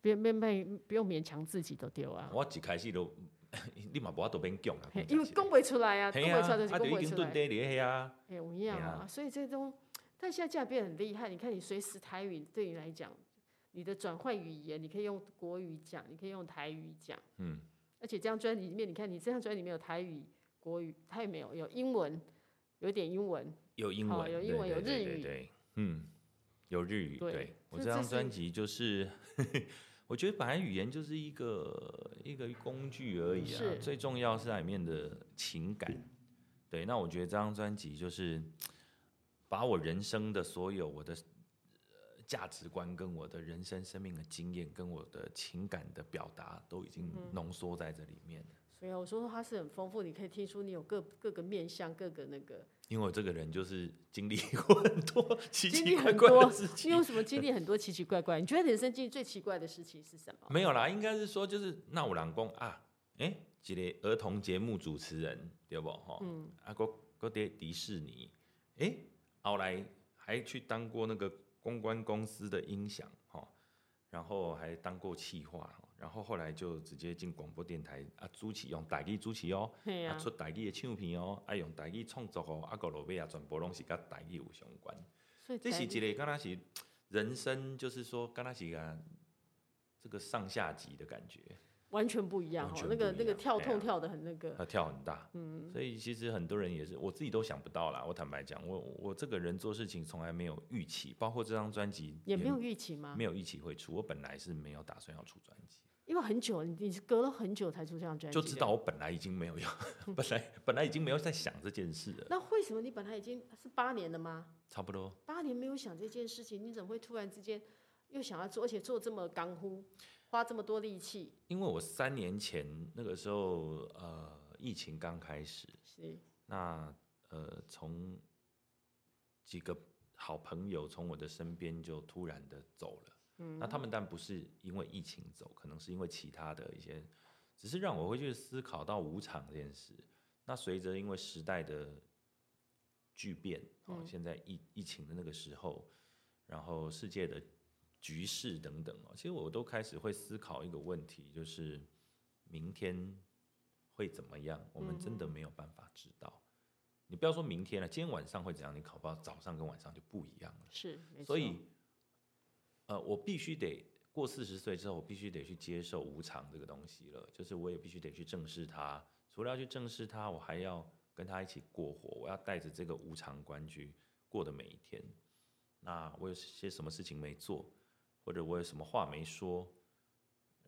[SPEAKER 2] 别别别不用勉强自己都对啊，
[SPEAKER 1] 我一开始都 你嘛无法度勉强啊啦
[SPEAKER 2] 嘿，因为讲不出来啊，讲
[SPEAKER 1] 嘿
[SPEAKER 2] 不
[SPEAKER 1] 啊，
[SPEAKER 2] 出来就是
[SPEAKER 1] 啊就已
[SPEAKER 2] 讲不
[SPEAKER 1] 经
[SPEAKER 2] 出来
[SPEAKER 1] 蹲。底咧遐啊。
[SPEAKER 2] 哎、我一样
[SPEAKER 1] 对
[SPEAKER 2] 啊，
[SPEAKER 1] 啊
[SPEAKER 2] 所以这种，但现在这样变得很厉害。你看，你随时台语对你来讲，你的转换语言，你可以用国语讲，你可以用台语讲，
[SPEAKER 1] 嗯，
[SPEAKER 2] 而且这张专辑里面，你看你这张专辑里面有台语、国语，台语没有，有英文，有点英文，
[SPEAKER 1] 有英
[SPEAKER 2] 好
[SPEAKER 1] 文，
[SPEAKER 2] 哦有
[SPEAKER 1] 对
[SPEAKER 2] 英文
[SPEAKER 1] 对
[SPEAKER 2] 有
[SPEAKER 1] 对
[SPEAKER 2] 日
[SPEAKER 1] 对
[SPEAKER 2] 语
[SPEAKER 1] 对，嗯，有日语。
[SPEAKER 2] 对
[SPEAKER 1] 对我这
[SPEAKER 2] 所以这
[SPEAKER 1] 张
[SPEAKER 2] 是
[SPEAKER 1] 专辑就是，我觉得本来语言就是一个一个工具而已啊
[SPEAKER 2] 是，
[SPEAKER 1] 最重要是它里面的情感。对，那我觉得这张专辑就是把我人生的所有我的。呃价值观跟我的人生、生命的经验，跟我的情感的表达，都已
[SPEAKER 2] 嗯
[SPEAKER 1] 经浓缩在这里面了。
[SPEAKER 2] 所以我说它是很丰富。你可以听出你有各各个面向，各个那个
[SPEAKER 1] 因为我这个人就是经历过很多奇
[SPEAKER 2] 经
[SPEAKER 1] 奇
[SPEAKER 2] 历
[SPEAKER 1] 怪
[SPEAKER 2] 很
[SPEAKER 1] 怪的
[SPEAKER 2] 多
[SPEAKER 1] 事，
[SPEAKER 2] 你
[SPEAKER 1] 情，
[SPEAKER 2] 有什么经历很多奇奇怪怪？你觉得人生经历最奇怪的事情是什么？
[SPEAKER 1] 没有啦，应该是说就是那有人讲啊，诶、一个儿童节目主持人对不？吼，啊，搁搁伫迪士尼，诶、后来还去当过那个公关公司的音响，吼，然后还当过企划，吼然后后来就直接进广播电台啊，主持用台语主持哦，
[SPEAKER 2] 对
[SPEAKER 1] 啊
[SPEAKER 2] 呀、
[SPEAKER 1] 出台语的唱片哦，啊用台语创作哦，啊到落尾啊全部拢是甲台语有相关。
[SPEAKER 2] 所以
[SPEAKER 1] 这是
[SPEAKER 2] 台
[SPEAKER 1] 一个敢若是人生，就是说敢若是个这个上下级的感觉，
[SPEAKER 2] 完全不一样
[SPEAKER 1] 完
[SPEAKER 2] 哦，
[SPEAKER 1] 全
[SPEAKER 2] 那个
[SPEAKER 1] 不一
[SPEAKER 2] 那个
[SPEAKER 1] 样
[SPEAKER 2] 跳
[SPEAKER 1] 对
[SPEAKER 2] 痛
[SPEAKER 1] 啊
[SPEAKER 2] 跳的很那个。
[SPEAKER 1] 它跳很大。嗯，所以其实很多人也是，我自己都想不到啦。我坦白讲，我我这个人做事情从来没有预期，包括这张专辑
[SPEAKER 2] 也没有预期吗？
[SPEAKER 1] 没有预期会出。我本来是没有打算要出专辑，
[SPEAKER 2] 因为很久，你你是隔了很久才出这张专辑，
[SPEAKER 1] 就知道。我本来已经没有要，本来本来已经没有在想这件事了，
[SPEAKER 2] 那为什么你本来已经是八年了吗？
[SPEAKER 1] 差不多。
[SPEAKER 2] 八年没有想这件事情，你怎么会突然之间又想要做，而且做这么干乎，花这么多力气？
[SPEAKER 1] 因为我三年前那个时候，呃，疫情刚开始，
[SPEAKER 2] 是
[SPEAKER 1] 那呃，从几个好朋友从我的身边就突然的走了。嗯，那他们但不是因为疫情走，可能是因为其他的一些，只是让我会去思考到无常这件事。那随着因为时代的巨变，哦，现在疫疫情的那个时候，然后世界的局势等等哦，其实我都开始会思考一个问题，就是明天会怎么样，我们真的没有办法知道。你不要说明天了，今天晚上会怎样，你考不好，早上跟晚上就不一样了。
[SPEAKER 2] 是，没错
[SPEAKER 1] 所以，呃，我必须得过四十岁之后，我必须得去接受无常这个东西了，就是我也必须得去正视它。除了要去正视它，我还要跟它一起过活，我要带着这个无常观去过的每一天。那我有些什么事情没做，或者我有什么话没说，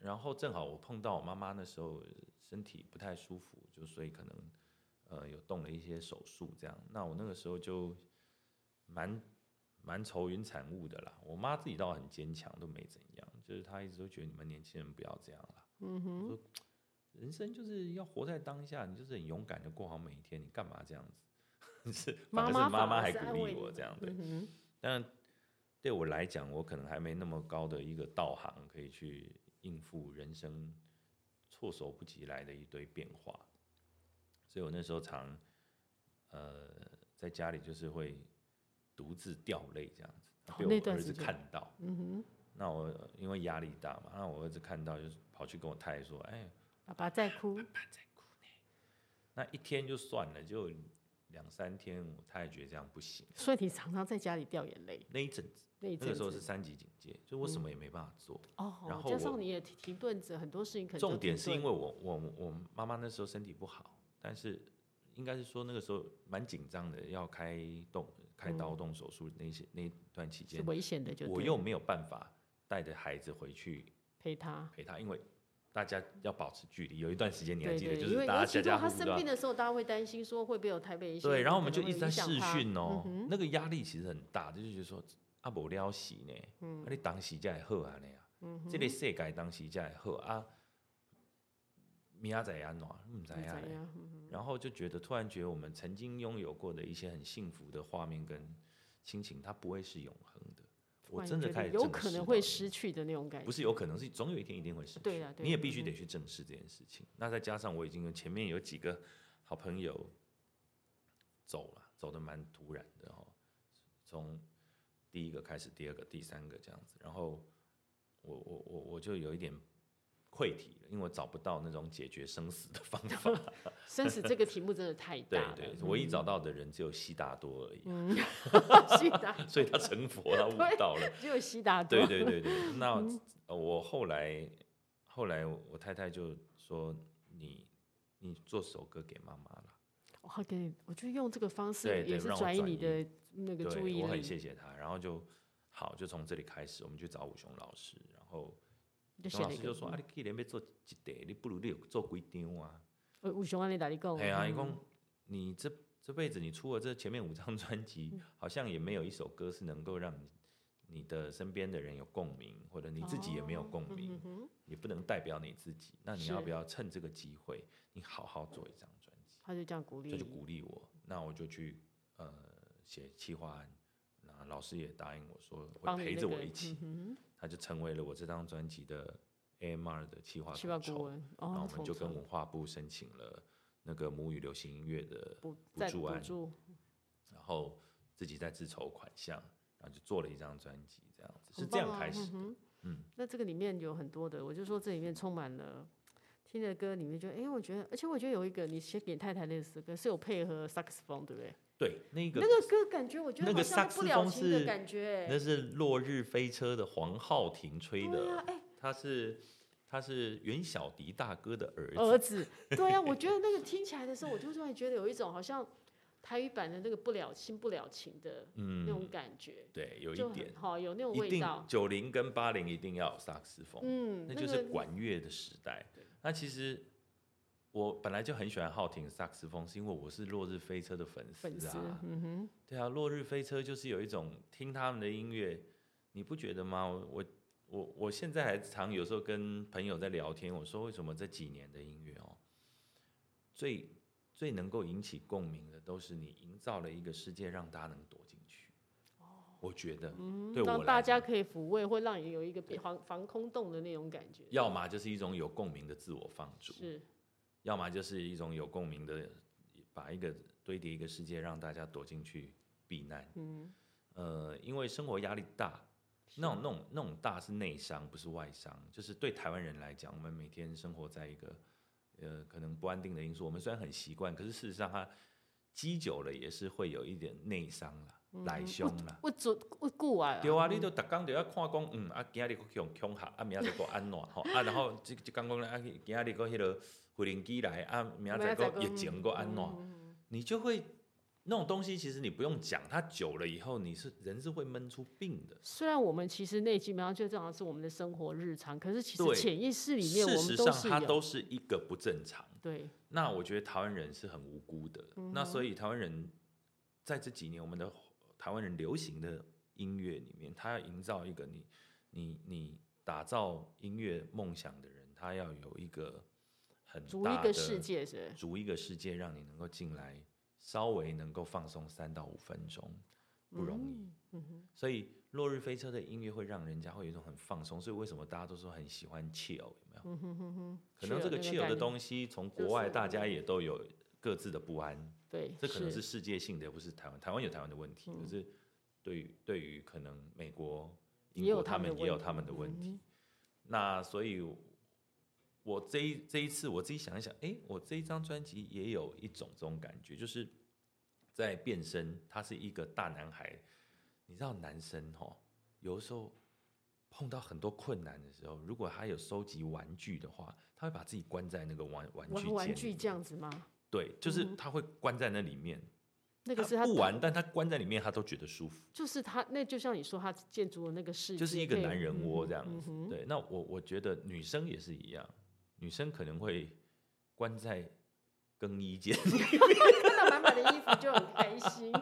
[SPEAKER 1] 然后正好我碰到我妈妈那时候身体不太舒服，就所以可能呃有动了一些手术这样。那我那个时候就蛮蛮愁云惨雾的啦。我妈自己倒很坚强，都没怎样，就是她一直都觉得你们年轻人不要这样啦。
[SPEAKER 2] 嗯哼，
[SPEAKER 1] 人生就是要活在当下，你就是很勇敢的过好每一天，你干嘛这样子？ 是，反
[SPEAKER 2] 妈
[SPEAKER 1] 而是妈
[SPEAKER 2] 妈反
[SPEAKER 1] 妈
[SPEAKER 2] 而
[SPEAKER 1] 还
[SPEAKER 2] 是安
[SPEAKER 1] 鼓
[SPEAKER 2] 慰
[SPEAKER 1] 励
[SPEAKER 2] 你
[SPEAKER 1] 我这样对。
[SPEAKER 2] 嗯哼，
[SPEAKER 1] 但对我来讲，我可能还没那么高的一个道行，可以去应付人生措手不及来的一堆变化。所以我那时候常，呃，在家里就是会独自掉泪这样子，
[SPEAKER 2] 哦
[SPEAKER 1] 被
[SPEAKER 2] 那
[SPEAKER 1] 我
[SPEAKER 2] 段
[SPEAKER 1] 儿
[SPEAKER 2] 时
[SPEAKER 1] 子
[SPEAKER 2] 间
[SPEAKER 1] 看到。
[SPEAKER 2] 嗯哼，
[SPEAKER 1] 那我因为压力大嘛，那我儿子看到就是跑去跟我太太说：“哎，
[SPEAKER 2] 爸爸在哭，
[SPEAKER 1] 那一天就算了，就两三天，我太太觉得这样不行。
[SPEAKER 2] 所以你常常在家里掉眼泪，
[SPEAKER 1] 那一阵子，
[SPEAKER 2] 那一
[SPEAKER 1] 那个
[SPEAKER 2] 阵
[SPEAKER 1] 时候是
[SPEAKER 2] 子。
[SPEAKER 1] 三级警戒，就我什么也没办法做。
[SPEAKER 2] 哦
[SPEAKER 1] 然，后
[SPEAKER 2] 加
[SPEAKER 1] 我
[SPEAKER 2] 上你也停停顿着，很多事情可能就
[SPEAKER 1] 重点
[SPEAKER 2] 停
[SPEAKER 1] 是因
[SPEAKER 2] 顿
[SPEAKER 1] 为我我我妈妈那时候身体不好，但是应该是说那个时候蛮紧张的，要开动开刀动手术那些那一段期
[SPEAKER 2] 是
[SPEAKER 1] 间，
[SPEAKER 2] 危险的就，
[SPEAKER 1] 我又没有办法带着孩子回去
[SPEAKER 2] 陪他。
[SPEAKER 1] 陪她，因为大家要保持距离。有一段时间你还
[SPEAKER 2] 对
[SPEAKER 1] 记得，
[SPEAKER 2] 对，
[SPEAKER 1] 就
[SPEAKER 2] 因为
[SPEAKER 1] 是
[SPEAKER 2] 尤
[SPEAKER 1] 大家
[SPEAKER 2] 其
[SPEAKER 1] 家
[SPEAKER 2] 到
[SPEAKER 1] 家
[SPEAKER 2] 他
[SPEAKER 1] 户户
[SPEAKER 2] 生
[SPEAKER 1] 都要
[SPEAKER 2] 病的时候，大家会担心说会不会有台北一些
[SPEAKER 1] 对，然后我
[SPEAKER 2] 可
[SPEAKER 1] 们就
[SPEAKER 2] 能
[SPEAKER 1] 一直在
[SPEAKER 2] 会影响
[SPEAKER 1] 试
[SPEAKER 2] 他
[SPEAKER 1] 训哦，
[SPEAKER 2] 嗯哼
[SPEAKER 1] 那个压力其实很大，就是觉得说啊，无了死呢，啊你当时才会好安尼啊，
[SPEAKER 2] 嗯
[SPEAKER 1] 这个世界当时才会好啊，明仔载安怎唔知
[SPEAKER 2] 嗯
[SPEAKER 1] 啊
[SPEAKER 2] 怎
[SPEAKER 1] 呢？
[SPEAKER 2] 样？嗯
[SPEAKER 1] 然后就觉得突然觉得我们曾经拥有过的一些很幸福的画面跟亲情，它不会是永恒的。
[SPEAKER 2] 突
[SPEAKER 1] 我
[SPEAKER 2] 然
[SPEAKER 1] 真的
[SPEAKER 2] 觉得
[SPEAKER 1] 开始
[SPEAKER 2] 有
[SPEAKER 1] 正
[SPEAKER 2] 可
[SPEAKER 1] 视
[SPEAKER 2] 能
[SPEAKER 1] 到
[SPEAKER 2] 会
[SPEAKER 1] 这个
[SPEAKER 2] 失去的那种感
[SPEAKER 1] 不
[SPEAKER 2] 觉。
[SPEAKER 1] 是有可能，是总有一天一定会失去。
[SPEAKER 2] 对啦对
[SPEAKER 1] 你也
[SPEAKER 2] 啦
[SPEAKER 1] 必须
[SPEAKER 2] 嗯
[SPEAKER 1] 得去正视这件事情。那再加上我已经跟前面有几个好朋友走了，走的蛮突然的哦，从第一个开始，第二个、第三个这样子，然后我我我我就有一点溃体了，因为我找不到那种解决生死的方 法。
[SPEAKER 2] 生死这个题目真的嗯太
[SPEAKER 1] 对
[SPEAKER 2] 大了，
[SPEAKER 1] 对，唯一找到的人只有悉达多而已，
[SPEAKER 2] 嗯，西达
[SPEAKER 1] 所以他成佛了，悟
[SPEAKER 2] 对
[SPEAKER 1] 道了。
[SPEAKER 2] 只有西 达多
[SPEAKER 1] 对对对对，那
[SPEAKER 2] 嗯
[SPEAKER 1] 呃我后来后来我太太就说你你做首歌给妈妈了，
[SPEAKER 2] 我好给你，我就用这个方式
[SPEAKER 1] 对对
[SPEAKER 2] 也是
[SPEAKER 1] 让我
[SPEAKER 2] 转移
[SPEAKER 1] 转
[SPEAKER 2] 你
[SPEAKER 1] 移
[SPEAKER 2] 的那个注
[SPEAKER 1] 对
[SPEAKER 2] 意
[SPEAKER 1] 我很
[SPEAKER 2] 力，
[SPEAKER 1] 谢谢她，然后就好就从这里开始，我们去找武雄老师，然后
[SPEAKER 2] 就
[SPEAKER 1] 熊
[SPEAKER 2] 写
[SPEAKER 1] 老
[SPEAKER 2] 了一
[SPEAKER 1] 师
[SPEAKER 2] 个嗯
[SPEAKER 1] 就说啊，你去年要做一题，你不如你有做几张啊？
[SPEAKER 2] 呃，吴雄安利打你讲，
[SPEAKER 1] 哎呀，一
[SPEAKER 2] 嗯
[SPEAKER 1] 共你这这辈子你出了这前面五张专
[SPEAKER 2] 嗯
[SPEAKER 1] 辑， 好像也没有一首歌是能够让你你的身边的人有共鸣，或者你自己也没有共
[SPEAKER 2] 嗯
[SPEAKER 1] 鸣
[SPEAKER 2] 哼。哼
[SPEAKER 1] 也不能代表你自己。那你
[SPEAKER 2] 是
[SPEAKER 1] 要不要趁这个机会，你好好做一张专辑？
[SPEAKER 2] 他就这样鼓励
[SPEAKER 1] 这就
[SPEAKER 2] 你，
[SPEAKER 1] 鼓励我，那我就去呃写企划案。那老师也答应我说会
[SPEAKER 2] 帮你
[SPEAKER 1] 陪
[SPEAKER 2] 那
[SPEAKER 1] 着
[SPEAKER 2] 个
[SPEAKER 1] 我一起，，
[SPEAKER 2] 嗯
[SPEAKER 1] 他就成为了我这张专辑的 AMR 的企划
[SPEAKER 2] 哼，七八
[SPEAKER 1] 统
[SPEAKER 2] 古
[SPEAKER 1] 筹。
[SPEAKER 2] 文，
[SPEAKER 1] 然后
[SPEAKER 2] 哦
[SPEAKER 1] 我，们就跟文化部申请了那个母语流行音乐的
[SPEAKER 2] 补
[SPEAKER 1] 补
[SPEAKER 2] 再
[SPEAKER 1] 助
[SPEAKER 2] 补
[SPEAKER 1] 案，
[SPEAKER 2] 助，
[SPEAKER 1] 然后自己再自筹款项，然后就做了一张专辑，这样子
[SPEAKER 2] 很
[SPEAKER 1] 是这
[SPEAKER 2] 棒
[SPEAKER 1] 样
[SPEAKER 2] 啊
[SPEAKER 1] 开始
[SPEAKER 2] 嗯
[SPEAKER 1] 的。
[SPEAKER 2] 哼
[SPEAKER 1] 嗯，
[SPEAKER 2] 那这个里面有很多的，我就说这里面充满了。听的歌里面就，哎、我觉得，而且我觉得有一个你写给太太那首歌是有配合萨克斯风，对不对？
[SPEAKER 1] 对，那个
[SPEAKER 2] 那个歌感觉我觉
[SPEAKER 1] 那
[SPEAKER 2] 得好
[SPEAKER 1] 个萨
[SPEAKER 2] 像
[SPEAKER 1] 克
[SPEAKER 2] 不
[SPEAKER 1] 斯
[SPEAKER 2] 了
[SPEAKER 1] 风
[SPEAKER 2] 情的
[SPEAKER 1] 是
[SPEAKER 2] 感觉、欸
[SPEAKER 1] 那是落日飞车的黄浩庭吹
[SPEAKER 2] 对
[SPEAKER 1] 的，
[SPEAKER 2] 啊，哎、
[SPEAKER 1] 他是他是袁小迪大哥的儿子，
[SPEAKER 2] 儿子，对啊，我觉得那个听起来的时候，我就突然觉得有一种好像台语版的那个不了心不了情的那种
[SPEAKER 1] 嗯，
[SPEAKER 2] 感觉，
[SPEAKER 1] 对，有
[SPEAKER 2] 就
[SPEAKER 1] 一点
[SPEAKER 2] 很，好，有那种
[SPEAKER 1] 一
[SPEAKER 2] 味
[SPEAKER 1] 定
[SPEAKER 2] 道。
[SPEAKER 1] 九零跟八零一定要有萨克斯风，
[SPEAKER 2] 嗯，
[SPEAKER 1] 那
[SPEAKER 2] 那
[SPEAKER 1] 就是
[SPEAKER 2] 个
[SPEAKER 1] 管乐的时代。那其实我本来就很喜欢浩庭的萨克斯风，是因为我是落日飞车的粉
[SPEAKER 2] 粉
[SPEAKER 1] 丝
[SPEAKER 2] 丝
[SPEAKER 1] 啊，，
[SPEAKER 2] 嗯哼，
[SPEAKER 1] 对啊，落日飞车就是有一种听他们的音乐，你不觉得吗？我我我我现在还常有时候跟朋友在聊天，我说为什么这几年的音乐哦，最最能够引起共鸣的，都是你营造了一个世界，让大家能躲进去。我觉得，对我
[SPEAKER 2] 让
[SPEAKER 1] 来
[SPEAKER 2] 哦嗯大
[SPEAKER 1] 讲
[SPEAKER 2] 家可以抚慰，或让你有一个被防防空洞的那种感觉。
[SPEAKER 1] 要么就是一种有共鸣的自我放逐，
[SPEAKER 2] 是，
[SPEAKER 1] 要么就是一种有共鸣的，把一个堆叠一个世界，让大家躲进去避难。
[SPEAKER 2] 嗯，
[SPEAKER 1] 呃，因为生活压力大，那种那种那种大是内伤，不是外伤。就是对台湾人来讲，我们每天生活在一个呃可能不安定的因素，我们虽然很习惯，可是事实上它积久了也是会有一点内伤啦、内伤啦。
[SPEAKER 2] 我做我顾啊，
[SPEAKER 1] 对啊，你都逐工就要看讲，嗯，啊，今日佫强强下，啊，明仔日佫安怎 吼，啊，然后即即工讲啊，今仔日佫迄落飞灵机来，啊，明仔载佫疫情佫安怎，
[SPEAKER 2] 嗯
[SPEAKER 1] 你就会那种东西，其实你不用讲，它久了以后，你是人是会闷出病的。
[SPEAKER 2] 虽然我们其实内基本上就这样是我们的生活日常，可是其实
[SPEAKER 1] 对
[SPEAKER 2] 潜意识里
[SPEAKER 1] 事
[SPEAKER 2] 面我
[SPEAKER 1] 实
[SPEAKER 2] 们
[SPEAKER 1] 上，
[SPEAKER 2] 是
[SPEAKER 1] 它
[SPEAKER 2] 有
[SPEAKER 1] 都是一个不正常。
[SPEAKER 2] 对，
[SPEAKER 1] 那我觉得台湾人是很无辜的。
[SPEAKER 2] 嗯
[SPEAKER 1] 那所以台湾人在这几年，我们的台湾人流行的音乐里面，他要营造一个你你你打造音乐梦想的人，他要有一个很
[SPEAKER 2] 逐一
[SPEAKER 1] 大
[SPEAKER 2] 个
[SPEAKER 1] 的
[SPEAKER 2] 世，界是不是
[SPEAKER 1] 逐一个世界，让你能够进来，稍微能够放松三到五分钟，不容易。
[SPEAKER 2] 嗯
[SPEAKER 1] 所以《落日飞车》的音乐会让人家会有一种很放松，所以为什么大家都说很喜欢 chill 有没
[SPEAKER 2] 嗯
[SPEAKER 1] 有？可能
[SPEAKER 2] chill
[SPEAKER 1] 这个
[SPEAKER 2] 这个
[SPEAKER 1] chill
[SPEAKER 2] 概
[SPEAKER 1] 的
[SPEAKER 2] 念
[SPEAKER 1] 东西从
[SPEAKER 2] 就
[SPEAKER 1] 国外
[SPEAKER 2] 是
[SPEAKER 1] 大家也都有各自的不安，
[SPEAKER 2] 对，
[SPEAKER 1] 这可能是世界性的，也不是台湾。台湾有台湾的问题，
[SPEAKER 2] 嗯
[SPEAKER 1] 可是对于对于可能美国、
[SPEAKER 2] 也
[SPEAKER 1] 英
[SPEAKER 2] 有
[SPEAKER 1] 国
[SPEAKER 2] 他
[SPEAKER 1] 他
[SPEAKER 2] 们的
[SPEAKER 1] 们也有
[SPEAKER 2] 问嗯
[SPEAKER 1] 他们的问题。那所以，我这一这一次我自己想一想，诶，我这一张专辑也有一种这种感觉，就是在变身，他是一个大男孩。你知道男生吼，有的时候碰到很多困难的时候，如果他有收集玩具的话，他会把自己关在那个玩玩具
[SPEAKER 2] 玩玩
[SPEAKER 1] 间
[SPEAKER 2] 具
[SPEAKER 1] 里
[SPEAKER 2] 这样嗯子吗？
[SPEAKER 1] 对，就是他会关在那里面。
[SPEAKER 2] 那个是
[SPEAKER 1] 他
[SPEAKER 2] 他
[SPEAKER 1] 不玩，但他关在里面，他都觉得舒服，
[SPEAKER 2] 就是他，那就像你说，他建筑的那个世界，
[SPEAKER 1] 就是一个
[SPEAKER 2] 可以
[SPEAKER 1] 男人窝这样
[SPEAKER 2] 嗯
[SPEAKER 1] 子。
[SPEAKER 2] 哼
[SPEAKER 1] 对，那我我觉得女生也是一样，女生可能会关在更衣间，
[SPEAKER 2] 看到满满的衣服就很开心，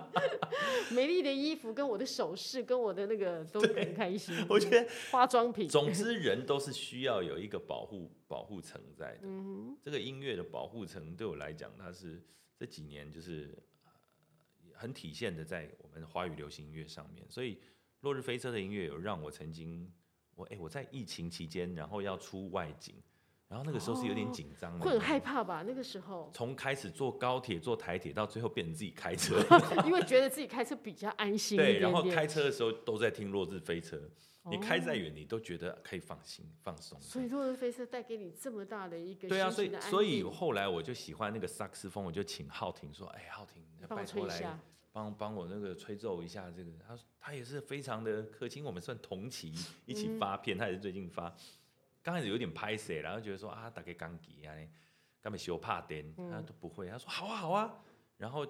[SPEAKER 2] 美丽的衣服跟我的首饰跟我的那个都很开心。
[SPEAKER 1] 我觉得，
[SPEAKER 2] 化妆 品，
[SPEAKER 1] 总之人都是需要有一个保护保护层在的。
[SPEAKER 2] 嗯
[SPEAKER 1] 这个音乐的保护层对我来讲，它是这几年就是呃很体现的在我们华语流行音乐上面。所以落日飞车的音乐有让我曾经，我哎、我在疫情期间，然后要出外景，然后那个时候是有点
[SPEAKER 2] 哦
[SPEAKER 1] 紧张
[SPEAKER 2] 哼，
[SPEAKER 1] 的，
[SPEAKER 2] 会很害怕吧？那个时候，
[SPEAKER 1] 从开始坐高铁、坐台铁，到最后变成自己开 车，
[SPEAKER 2] 因为觉得自己开车比较安 心一
[SPEAKER 1] 对，然
[SPEAKER 2] 点
[SPEAKER 1] 后
[SPEAKER 2] 点，
[SPEAKER 1] 开车的时候都在听《落日飞车》，你开再远，你都觉得可以放心、放松。
[SPEAKER 2] 哦所以落日飞车带给你这么大的一个
[SPEAKER 1] 对啊，所
[SPEAKER 2] 心
[SPEAKER 1] 以
[SPEAKER 2] 情的安
[SPEAKER 1] 所以
[SPEAKER 2] 定
[SPEAKER 1] 后来我就喜欢那个萨克斯风，我就请浩廷说：“哎，浩廷，
[SPEAKER 2] 帮我
[SPEAKER 1] 拜
[SPEAKER 2] 吹
[SPEAKER 1] 托
[SPEAKER 2] 一
[SPEAKER 1] 来
[SPEAKER 2] 下，
[SPEAKER 1] 帮帮我那个吹奏一下这个。”他说他也是非常的客气，因为我们算同期一起发片，他也是最近发。刚开始有点拍死，然后觉得说啊，打给钢吉啊，干嘛修怕颠，
[SPEAKER 2] 嗯
[SPEAKER 1] 他都不会。他说好啊好啊，然后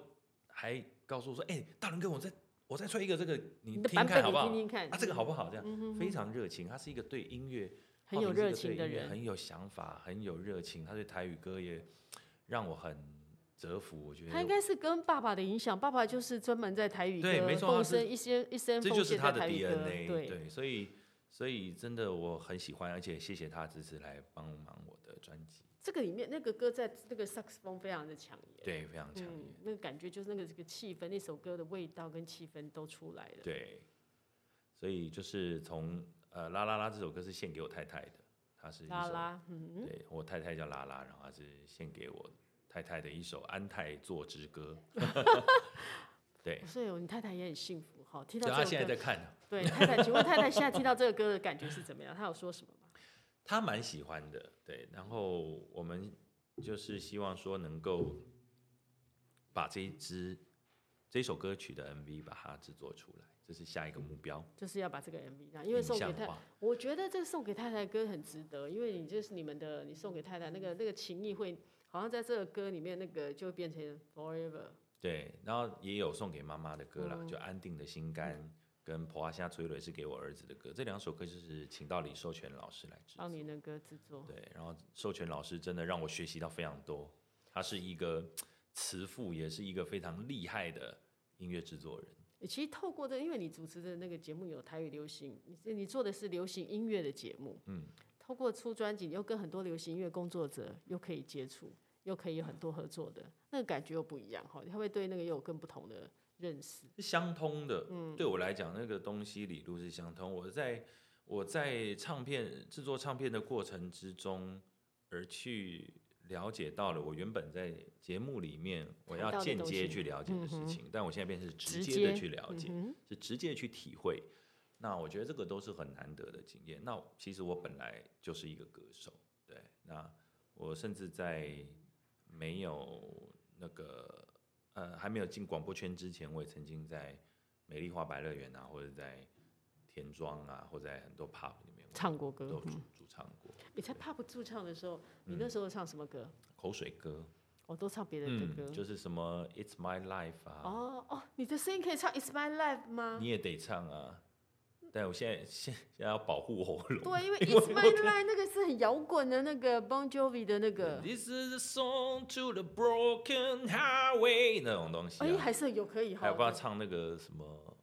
[SPEAKER 1] 还告诉我说：“哎，大伦哥，我再我再吹一个这个，你
[SPEAKER 2] 你
[SPEAKER 1] 听
[SPEAKER 2] 的
[SPEAKER 1] 听
[SPEAKER 2] 版本
[SPEAKER 1] 看好
[SPEAKER 2] 你
[SPEAKER 1] 不好？
[SPEAKER 2] 听听看嗯
[SPEAKER 1] 啊，这个好不好？这样非常热情，他是一个对音乐。
[SPEAKER 2] 很有
[SPEAKER 1] 浩平是
[SPEAKER 2] 热
[SPEAKER 1] 一个
[SPEAKER 2] 情
[SPEAKER 1] 对
[SPEAKER 2] 的
[SPEAKER 1] 音乐
[SPEAKER 2] 人，
[SPEAKER 1] 很有想法，很有热情。他对台语歌也让我很折服，我觉
[SPEAKER 2] 他应
[SPEAKER 1] 得
[SPEAKER 2] 该是跟爸爸的影响，爸爸就是专门在台语
[SPEAKER 1] 对
[SPEAKER 2] 歌
[SPEAKER 1] 没错
[SPEAKER 2] 奉
[SPEAKER 1] 他是
[SPEAKER 2] 献一些一生
[SPEAKER 1] 这
[SPEAKER 2] 奉
[SPEAKER 1] 就是
[SPEAKER 2] 献
[SPEAKER 1] 他的
[SPEAKER 2] 在台语歌，
[SPEAKER 1] DNA。
[SPEAKER 2] 对，
[SPEAKER 1] 所以所以真的我很喜欢，而且谢谢他支持来帮忙我的专辑，
[SPEAKER 2] 这个里面那个歌在那个萨克斯风非常的强烈，
[SPEAKER 1] 对，非常强烈，
[SPEAKER 2] 嗯，那个感觉就是那个这个气氛，那首歌的味道跟气氛都出来了。
[SPEAKER 1] 对。所以就是从呃啦啦啦这首歌是献给我太太的，它是一首
[SPEAKER 2] 啦啦，嗯，
[SPEAKER 1] 对我太太叫拉拉，然后她是献给我太太的一首安泰作之 歌。对，
[SPEAKER 2] 所以你太太也很幸福哈， 听到
[SPEAKER 1] 就她
[SPEAKER 2] 这
[SPEAKER 1] 现在
[SPEAKER 2] 首歌，
[SPEAKER 1] 在看。啊
[SPEAKER 2] 对太太，请问太太现在听到这个歌的感觉是怎么样？她有说什么吗？
[SPEAKER 1] 他蛮喜欢的，对。然后我们就是希望说能够把这一支这首歌曲的 MV 把它制作出来，这是下一个目标。
[SPEAKER 2] 就是要把这个 MV 让，因为
[SPEAKER 1] 影
[SPEAKER 2] 送
[SPEAKER 1] 像
[SPEAKER 2] 给太，
[SPEAKER 1] 化，
[SPEAKER 2] 我觉得这送给太太的歌很值得，因为你这是你们的，你送给太太那个那个情谊会，好像在这个歌里面那个就变成 forever。
[SPEAKER 1] 对。然后也有送给妈妈的歌啦，
[SPEAKER 2] 哦
[SPEAKER 1] 就《安定的心肝》跟《婆阿虾崔蕊》是给我儿子的歌，这两首歌就是请到李寿全老师来制作
[SPEAKER 2] 帮你的歌制作，
[SPEAKER 1] 对，然后授权老师真的让我学习到非常多，他是一个慈父，也是一个非常厉害的音乐制作人。
[SPEAKER 2] 其实透过这个因为你主持的那个节目有台语流行，你你做的是流行音乐的节目，嗯，透过出专辑，你又跟很多流行音乐工作者又可以接触，又可以有很多合作的，那个感觉又不一样哈，他会对那个又有更不同的认识。
[SPEAKER 1] 是相通的。
[SPEAKER 2] 嗯
[SPEAKER 1] 对我来讲，那个东西理路是相通。我在我在唱片制作唱片的过程之中，而去了解到了我原本在节目里面我
[SPEAKER 2] 谈到
[SPEAKER 1] 要
[SPEAKER 2] 的
[SPEAKER 1] 间
[SPEAKER 2] 东
[SPEAKER 1] 接
[SPEAKER 2] 西嗯
[SPEAKER 1] 去了解的事情，但我现在变成是直
[SPEAKER 2] 直
[SPEAKER 1] 接的
[SPEAKER 2] 接嗯
[SPEAKER 1] 去了解，是直接去体会。那我觉得这个都是很难得的经验。那其实我本来就是一个歌手，对，那我甚至在没有那个。呃还没有进广播圈之前，我也曾经在美丽花白乐园啊，或者在田庄啊，或者在很多 pub 里面
[SPEAKER 2] 唱过歌
[SPEAKER 1] 都嗯有主主唱过
[SPEAKER 2] 你在 pub 驻唱的时候，你那时候唱什么歌？
[SPEAKER 1] 口水歌，
[SPEAKER 2] 我都唱别人的歌
[SPEAKER 1] 嗯，。就是什么 It's My Life 啊，
[SPEAKER 2] 哦哦，你的声音可以唱《It's My Life》吗？
[SPEAKER 1] 你也得唱啊。但我现在现现在要保护喉咙。
[SPEAKER 2] 对，因为《It's My Life》那个是很摇滚的那个 Bon Jovi 的那个，
[SPEAKER 1] This is a song to the broken highway 那种东西、
[SPEAKER 2] 哎，
[SPEAKER 1] 啊，
[SPEAKER 2] 还是有可以
[SPEAKER 1] 还
[SPEAKER 2] 哈
[SPEAKER 1] 有。帮他
[SPEAKER 2] 对
[SPEAKER 1] 唱那个什么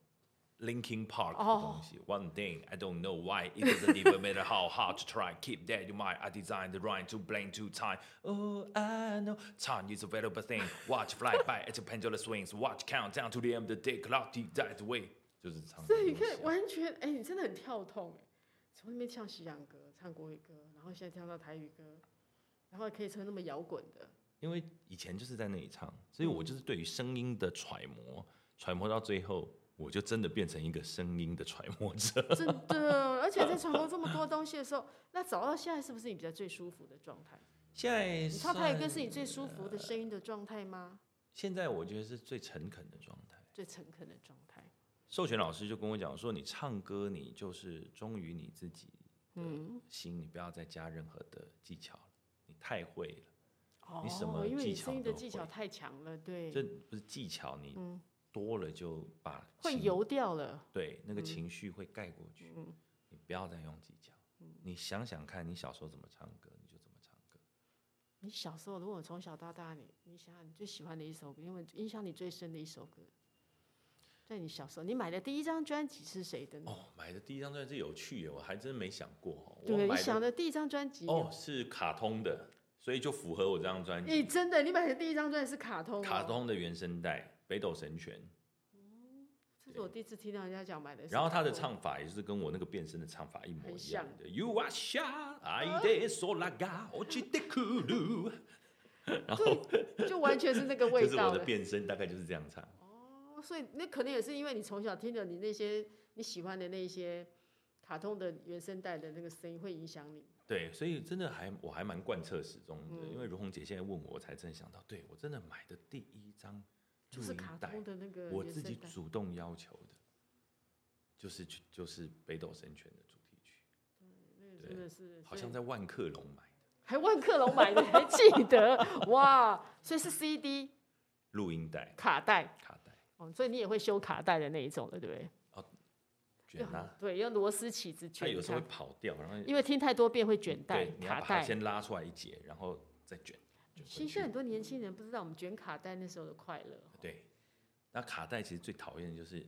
[SPEAKER 1] Linkin Park 的
[SPEAKER 2] 哦
[SPEAKER 1] 东西。One thing I don't know why it doesn't even matter how hard to try keep that in mind. I designed the rhyme to blame to time. Oh, I know time is a valuable thing. Watch fly by as a pendulum swings. Watch count down to the end of the day clock tick that way。就是唱这
[SPEAKER 2] 所
[SPEAKER 1] 个
[SPEAKER 2] 以你
[SPEAKER 1] 东西啊、
[SPEAKER 2] 看，完全哎、你真的很跳痛哎、从那边唱西洋歌，唱国语歌，然后现在跳到台语歌，然后还可以唱那么摇滚的，
[SPEAKER 1] 因为以前就是在那里唱，所以我就是对于声音的揣摩，揣摩到最后，我就真的变成一个声音的揣摩者。
[SPEAKER 2] 真的。而且在传播这么多东西的时候，那找到现在是不是你比较最舒服的状态？
[SPEAKER 1] 现在
[SPEAKER 2] 你唱台语歌
[SPEAKER 1] 算
[SPEAKER 2] 是你最舒服的声音的状态吗？
[SPEAKER 1] 现在我觉得是最诚恳的状态。
[SPEAKER 2] 最诚恳的状态？
[SPEAKER 1] 授权老师就跟我讲说，你唱歌，你就是忠于你自己
[SPEAKER 2] 嗯，
[SPEAKER 1] 心，你不要再加任何的技巧了，你太会了。
[SPEAKER 2] 哦
[SPEAKER 1] 你什么
[SPEAKER 2] 因为你
[SPEAKER 1] 技巧
[SPEAKER 2] 声音的
[SPEAKER 1] 都
[SPEAKER 2] 技巧
[SPEAKER 1] 会
[SPEAKER 2] 太强了，对，
[SPEAKER 1] 这不是技巧，你
[SPEAKER 2] 嗯，
[SPEAKER 1] 多了就把
[SPEAKER 2] 会
[SPEAKER 1] 情
[SPEAKER 2] 油掉了。
[SPEAKER 1] 对那个
[SPEAKER 2] 嗯
[SPEAKER 1] 情绪会盖过去。
[SPEAKER 2] 嗯
[SPEAKER 1] 你不要再用技巧，你想想看，你小时候怎么唱歌，你就怎么唱歌。
[SPEAKER 2] 你小时候，如果从小到大，你你想想你最喜欢的一首歌，因为影响你最深的一首歌，在你小时候，你买的第一张专辑是谁的呢？
[SPEAKER 1] 哦，买的第一张专辑有趣耶，我还真没想过哦。我
[SPEAKER 2] 对，你
[SPEAKER 1] 买
[SPEAKER 2] 想
[SPEAKER 1] 的
[SPEAKER 2] 的第一张专辑
[SPEAKER 1] 哦，是卡通的，所以就符合我这张专
[SPEAKER 2] 你
[SPEAKER 1] 辑。
[SPEAKER 2] 真的，你买的第一哦张专辑是卡通、
[SPEAKER 1] 卡，通的原声带《北斗神拳
[SPEAKER 2] 这是我第一次听到人家讲买的》，。
[SPEAKER 1] 然后他的，唱法也是跟我那个变身的唱法一模一样
[SPEAKER 2] 哦很
[SPEAKER 1] 的。You are shy, I de sola ga, o c h i de kuru。然后
[SPEAKER 2] 对，就完全是那个 味
[SPEAKER 1] 就是
[SPEAKER 2] 道
[SPEAKER 1] 我的
[SPEAKER 2] 了。
[SPEAKER 1] 变身，大概就是这样唱。
[SPEAKER 2] 哦所以那可能也是因为你从小听的你那些你喜欢的那些卡通的原声带的那个声音会影响你。
[SPEAKER 1] 对，所以真的还我还蛮贯彻始终的，
[SPEAKER 2] 嗯
[SPEAKER 1] 因为如红姐现在问我，我才真想到，对我真的买的第一张
[SPEAKER 2] 就
[SPEAKER 1] 录
[SPEAKER 2] 是
[SPEAKER 1] 音
[SPEAKER 2] 卡
[SPEAKER 1] 带
[SPEAKER 2] 通，的那个
[SPEAKER 1] 我
[SPEAKER 2] 原
[SPEAKER 1] 自
[SPEAKER 2] 声
[SPEAKER 1] 己
[SPEAKER 2] 带，
[SPEAKER 1] 主动要求的，就是去就是《北斗神拳》的主题曲，
[SPEAKER 2] 那个
[SPEAKER 1] 对
[SPEAKER 2] 真的是
[SPEAKER 1] 好
[SPEAKER 2] 所以
[SPEAKER 1] 像在万客隆买的
[SPEAKER 2] 还万客隆买的，还记得哇？所以是 CD
[SPEAKER 1] 录音带
[SPEAKER 2] 卡带，
[SPEAKER 1] 卡带，
[SPEAKER 2] 哦，所以你也会修卡带的那一种的，对不对？
[SPEAKER 1] 卷啊，
[SPEAKER 2] 对，用螺丝起子
[SPEAKER 1] 它
[SPEAKER 2] 卷
[SPEAKER 1] 有时候
[SPEAKER 2] 它
[SPEAKER 1] 会，跑掉，然后
[SPEAKER 2] 因为听太多遍会卷带
[SPEAKER 1] 对，你要
[SPEAKER 2] 卡
[SPEAKER 1] 把它
[SPEAKER 2] 带。
[SPEAKER 1] 先拉出来一截，然后再卷，卷回
[SPEAKER 2] 其实
[SPEAKER 1] 去
[SPEAKER 2] 现在很多年轻人不知道我们卷卡带那时候的快乐。
[SPEAKER 1] 对，那卡带其实最讨厌的就是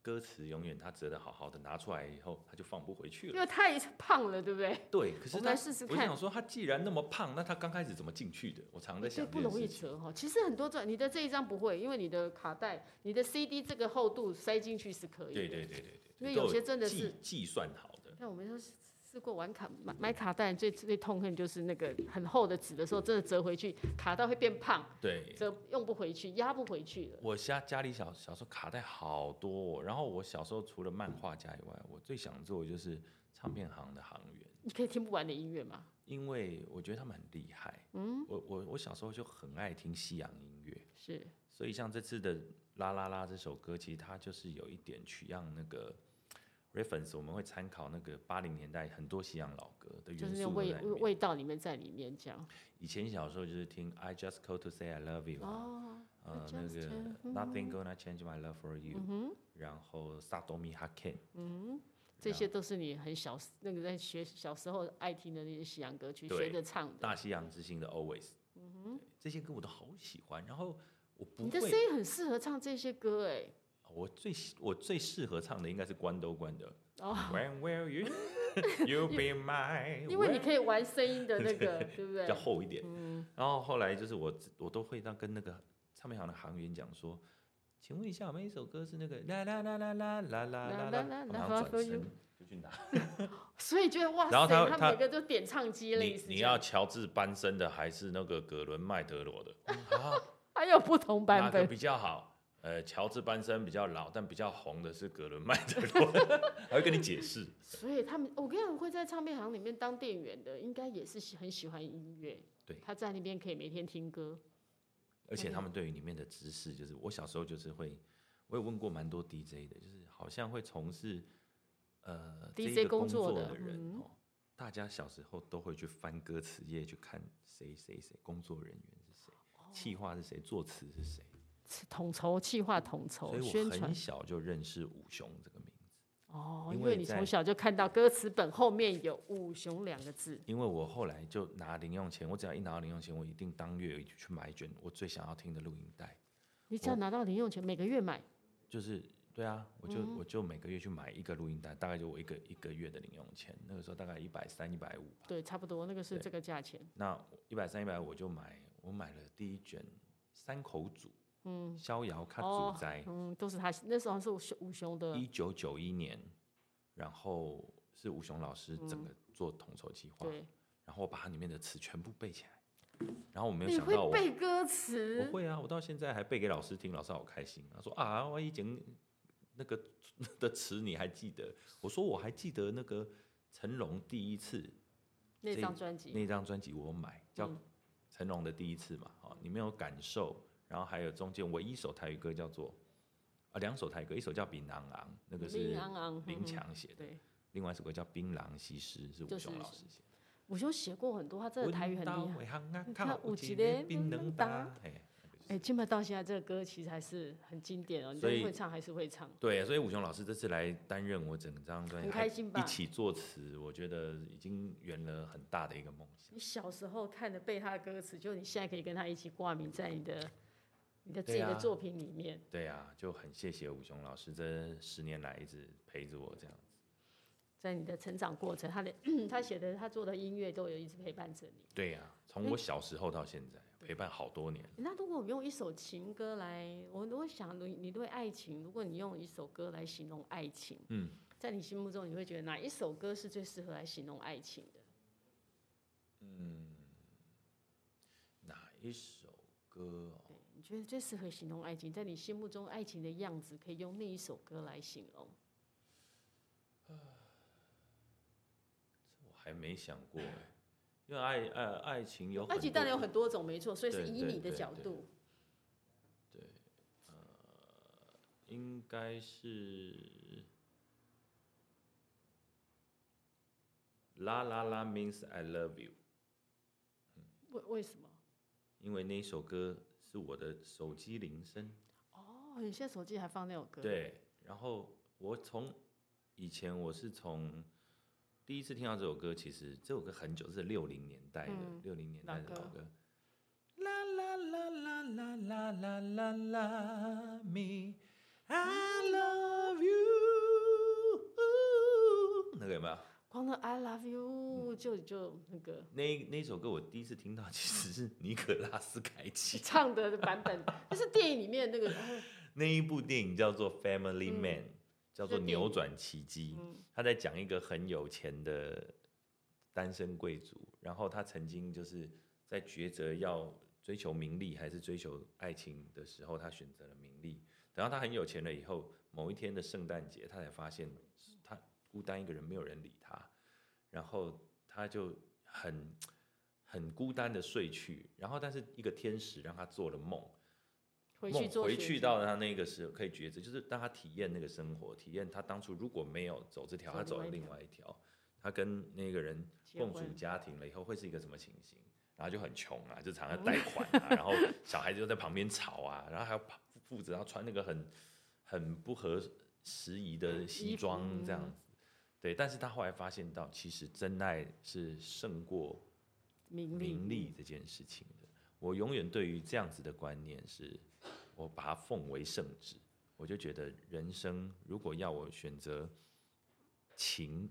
[SPEAKER 1] 歌词永远它折得好好的，拿出来以后它就放不回去了
[SPEAKER 2] 因。为太胖了，对不对？
[SPEAKER 1] 对，可
[SPEAKER 2] 我
[SPEAKER 1] 是
[SPEAKER 2] 们
[SPEAKER 1] 他，
[SPEAKER 2] 来试试
[SPEAKER 1] 我就
[SPEAKER 2] 看
[SPEAKER 1] 想说，他既然那么胖，那他刚开始怎么进去的？我常在
[SPEAKER 2] 这
[SPEAKER 1] 想这件
[SPEAKER 2] 不容易
[SPEAKER 1] 事情。
[SPEAKER 2] 折哈。其实很多专，你的这一张不会，因为你的卡带、你的 CD 这个厚度塞进去是可以的。
[SPEAKER 1] 对对对对对，
[SPEAKER 2] 因为
[SPEAKER 1] 都
[SPEAKER 2] 有些真的
[SPEAKER 1] 计
[SPEAKER 2] 是
[SPEAKER 1] 计算好的，
[SPEAKER 2] 那我们都试试过玩卡买买卡带，最最痛恨就是那个很厚的纸的时候，真的折回去，卡带会变胖，
[SPEAKER 1] 对。
[SPEAKER 2] 折用不回去，压不回去了。
[SPEAKER 1] 我家家里小小时候卡带好多、哦，然后我小时候除了漫画家以外，我最想做的就是唱片行的行员，
[SPEAKER 2] 你可以听不完的音乐吗？
[SPEAKER 1] 因为我觉得他们很厉害。
[SPEAKER 2] 嗯，
[SPEAKER 1] 我我我小时候就很爱听西洋音乐，
[SPEAKER 2] 是
[SPEAKER 1] 所以像这次的《啦啦啦》这首歌，其实它就是有一点取样那个 reference，我们会参考那个八零年代很多西洋老歌的
[SPEAKER 2] 就
[SPEAKER 1] 元
[SPEAKER 2] 是那
[SPEAKER 1] 素都
[SPEAKER 2] 味
[SPEAKER 1] 在里
[SPEAKER 2] 味
[SPEAKER 1] 面。啊
[SPEAKER 2] 味道里面在里面这样。
[SPEAKER 1] 以前小时候就是听 I Just Call to Say I Love You 啊，
[SPEAKER 2] 哦，
[SPEAKER 1] 呃
[SPEAKER 2] I
[SPEAKER 1] 那
[SPEAKER 2] just
[SPEAKER 1] 个
[SPEAKER 2] can-
[SPEAKER 1] Nothing Gonna Change My Love for You，
[SPEAKER 2] 嗯哼，
[SPEAKER 1] 然后 Sadomi Haken，
[SPEAKER 2] 嗯，这些都是你很小时那个在学小时候爱听的那些西洋歌曲，
[SPEAKER 1] 对
[SPEAKER 2] 学着唱的。
[SPEAKER 1] 大西洋之星的 Always，对这些歌我都好喜欢。然后我不
[SPEAKER 2] 嗯你的声
[SPEAKER 1] 会，
[SPEAKER 2] 音很适合唱这些歌哎。
[SPEAKER 1] 我最喜我最适合唱的应该是关都关的。
[SPEAKER 2] 哦
[SPEAKER 1] When will you you be mine？
[SPEAKER 2] 因为
[SPEAKER 1] When-
[SPEAKER 2] 你可以玩声 音的那个，对不
[SPEAKER 1] 比
[SPEAKER 2] 对
[SPEAKER 1] 较？厚一点。
[SPEAKER 2] 嗯，
[SPEAKER 1] 然后后来就是我自我都会到跟那个唱片行的行员讲说，请问一下，我们一首歌是那个啦啦啦啦啦啦啦啦
[SPEAKER 2] 啦
[SPEAKER 1] 啦，
[SPEAKER 2] 啦啦
[SPEAKER 1] 我马上转
[SPEAKER 2] Love you
[SPEAKER 1] 身就去拿。
[SPEAKER 2] 所以觉得哇
[SPEAKER 1] 然
[SPEAKER 2] 塞，
[SPEAKER 1] 后他
[SPEAKER 2] 们
[SPEAKER 1] 他
[SPEAKER 2] 每个都点唱机类
[SPEAKER 1] 你
[SPEAKER 2] 似这样，
[SPEAKER 1] 你要乔治班森的还是那个葛伦麦德罗 的？啊，
[SPEAKER 2] 还有不同
[SPEAKER 1] 哪
[SPEAKER 2] 版
[SPEAKER 1] 个
[SPEAKER 2] 本，
[SPEAKER 1] 比较好？呃，乔治班森比较老，但比较红的是葛伦麦德罗， 还会跟你解释。
[SPEAKER 2] 所以他们我跟你讲，会在唱片行里面当店员的，应该也是喜很喜欢音乐，
[SPEAKER 1] 对
[SPEAKER 2] 他在那边可以每天听歌，
[SPEAKER 1] 而且他们对于里面的知识，就是我小时候就是会，我有问过蛮多 DJ 的，就是好像会从事呃
[SPEAKER 2] DJ
[SPEAKER 1] 这个
[SPEAKER 2] 工
[SPEAKER 1] 工
[SPEAKER 2] 作的
[SPEAKER 1] 的人、
[SPEAKER 2] 嗯
[SPEAKER 1] 哦，大家小时候都会去翻歌词页去看谁谁谁工作人员是谁，
[SPEAKER 2] 哦
[SPEAKER 1] 企划是谁，作词是谁，
[SPEAKER 2] 统筹、企划、统
[SPEAKER 1] 所
[SPEAKER 2] 筹、
[SPEAKER 1] 以
[SPEAKER 2] 哦宣
[SPEAKER 1] 我
[SPEAKER 2] 传
[SPEAKER 1] 很。小就认识武雄这个名字，
[SPEAKER 2] 哦，
[SPEAKER 1] 因
[SPEAKER 2] 因
[SPEAKER 1] 为
[SPEAKER 2] 为你从
[SPEAKER 1] 在
[SPEAKER 2] 小就看到歌词本后面有“五雄”两个字，
[SPEAKER 1] 因为我后来就拿零用钱，我只要一拿到零用钱，我一定当月去买一卷我最想要听的录音带。
[SPEAKER 2] 你只要拿到零用钱，每个月买。
[SPEAKER 1] 就是对啊，我
[SPEAKER 2] 嗯
[SPEAKER 1] 就、我就每个月去买一个录音带，大概就我一个一个月的零用钱，那个时候大概一百三一百五吧。
[SPEAKER 2] 对，差不多，那个是
[SPEAKER 1] 对
[SPEAKER 2] 这个价钱。
[SPEAKER 1] 那一百三一百五我就买，我买了第一卷三口组，嗯，逍遥卡
[SPEAKER 2] 哦
[SPEAKER 1] 主斋，
[SPEAKER 2] 嗯，都是他那时候是五雄五雄的
[SPEAKER 1] 哎一九九一年，然后是吴雄老师整个做统筹计划，
[SPEAKER 2] 嗯对，
[SPEAKER 1] 然后我把它里面的词全部背起来，然后我没有
[SPEAKER 2] 你
[SPEAKER 1] 想到
[SPEAKER 2] 会
[SPEAKER 1] 我
[SPEAKER 2] 背歌
[SPEAKER 1] 我
[SPEAKER 2] 词，
[SPEAKER 1] 会啊，我到现在还背给老师听，老师好开心。他说啊，我以前那个 的词你还记得？我说我还记得那个成龙第一次
[SPEAKER 2] 那
[SPEAKER 1] 这
[SPEAKER 2] 张专辑
[SPEAKER 1] 那张专辑，我买叫
[SPEAKER 2] 嗯
[SPEAKER 1] 成龙的第一次嘛，哦，里面有感受，然后还有中间唯一一首台语歌叫做啊两首台语歌，一首叫《槟榔昂》，那个
[SPEAKER 2] 林
[SPEAKER 1] 是
[SPEAKER 2] 昂昂、
[SPEAKER 1] 林
[SPEAKER 2] 嗯
[SPEAKER 1] 强写
[SPEAKER 2] 哼
[SPEAKER 1] 的，
[SPEAKER 2] 对，
[SPEAKER 1] 另外一首歌叫《槟榔西施》，是
[SPEAKER 2] 就
[SPEAKER 1] 吴雄
[SPEAKER 2] 是
[SPEAKER 1] 老师写的。
[SPEAKER 2] 五雄写过很多，他真的台语很厉害。
[SPEAKER 1] 害
[SPEAKER 2] 你看
[SPEAKER 1] 啊看
[SPEAKER 2] 有
[SPEAKER 1] 有
[SPEAKER 2] 一
[SPEAKER 1] 一
[SPEAKER 2] 个
[SPEAKER 1] 个槟
[SPEAKER 2] 槟
[SPEAKER 1] 榔
[SPEAKER 2] 榔
[SPEAKER 1] 打，哎。
[SPEAKER 2] 哎，金牌到现在这个歌其实还是很经典哦，你
[SPEAKER 1] 所以
[SPEAKER 2] 会唱还是会唱。
[SPEAKER 1] 对，所以武雄老师这次来担任我整张专辑，
[SPEAKER 2] 很开心吧
[SPEAKER 1] 还一起作词，我觉得已经圆了很大的一个梦想。
[SPEAKER 2] 你小时候看的背他的歌词，就你现在可以跟他一起挂名在你的你的自己
[SPEAKER 1] 对
[SPEAKER 2] 的
[SPEAKER 1] 啊
[SPEAKER 2] 作品里面。
[SPEAKER 1] 对啊，就很谢谢武雄老师这十年来一直陪着我这样。
[SPEAKER 2] 在你的成长过程，他的 他写的他做的音乐都有一直陪伴着你。
[SPEAKER 1] 对呀、从我小时候到现在，陪伴好多年。
[SPEAKER 2] 那如果我们用一首情歌来，我我想你你对爱情，如果你用一首歌来形容爱情，
[SPEAKER 1] 嗯，
[SPEAKER 2] 在你心目中你会觉得哪一首歌是最适合来形容爱情的？
[SPEAKER 1] 哪一首歌、哦？
[SPEAKER 2] 对，你觉得最适合形容爱情，在你心目中爱情的样子，可以用那一首歌来形容。
[SPEAKER 1] 我还没想过哎，因为爱呃爱情有
[SPEAKER 2] 爱
[SPEAKER 1] 很
[SPEAKER 2] 情当然有
[SPEAKER 1] 多
[SPEAKER 2] 很多种，没错，所以是
[SPEAKER 1] 对
[SPEAKER 2] 以
[SPEAKER 1] 对
[SPEAKER 2] 你的
[SPEAKER 1] 对
[SPEAKER 2] 角
[SPEAKER 1] 对
[SPEAKER 2] 度，
[SPEAKER 1] 应该是。La La La means I love you。
[SPEAKER 2] 为为什么？
[SPEAKER 1] 因为那一首歌是我的手机铃声。
[SPEAKER 2] 哦，你现在手机还放那首歌？，
[SPEAKER 1] 对，然后我从以前我是从第一次听到这首歌，其实这首歌很久，是六零年代的，六零、年代的
[SPEAKER 2] 老
[SPEAKER 1] 老
[SPEAKER 2] 歌
[SPEAKER 1] 歌。啦啦啦啦啦啦啦啦啦，me I love you。那个有没有？
[SPEAKER 2] 光那 I love
[SPEAKER 1] 嗯
[SPEAKER 2] you 就就那个。
[SPEAKER 1] 那那首歌我第一次听到，其实是尼可拉斯凯奇。
[SPEAKER 2] 唱的版本， 就是电影里面 那个，哦
[SPEAKER 1] 那一部电影叫做《Family
[SPEAKER 2] 嗯
[SPEAKER 1] Man》，叫做
[SPEAKER 2] 这
[SPEAKER 1] 《
[SPEAKER 2] 电影嗯
[SPEAKER 1] 扭转奇迹》。他在讲一个很有钱的单身贵族，然后他曾经就是在抉择要追求名利还是追求爱情的时候，他选择了名利。等到他很有钱了以后，某一天的圣诞节，他才发现他孤单一个人，没有人理他，然后他就很很孤单的睡去。然后，但是一个天使让他做了梦。
[SPEAKER 2] 回去
[SPEAKER 1] 梦
[SPEAKER 2] 做
[SPEAKER 1] 回
[SPEAKER 2] 学
[SPEAKER 1] 去
[SPEAKER 2] 习
[SPEAKER 1] 到他那个时候可以抉择，就是让他体验那个生活，体验他当初如果没有走这条，
[SPEAKER 2] 走
[SPEAKER 1] 他走了
[SPEAKER 2] 另
[SPEAKER 1] 另外一条，他跟那个人
[SPEAKER 2] 结
[SPEAKER 1] 共组
[SPEAKER 2] 婚
[SPEAKER 1] 家庭了以后会是一个什么情形？然后就很穷啊，就常常贷款 啊，然后小孩子就在旁边吵啊，然后还要负负责要穿那个很很不合时宜的
[SPEAKER 2] 衣
[SPEAKER 1] 西
[SPEAKER 2] 服
[SPEAKER 1] 装这样
[SPEAKER 2] 嗯
[SPEAKER 1] 子。对，但是他后来发现到，其实真爱是胜过
[SPEAKER 2] 名利
[SPEAKER 1] 名利这件事情的。我永远对于这样子的观念是，我把它奉为圣旨。我就觉得人生如果要我选择情，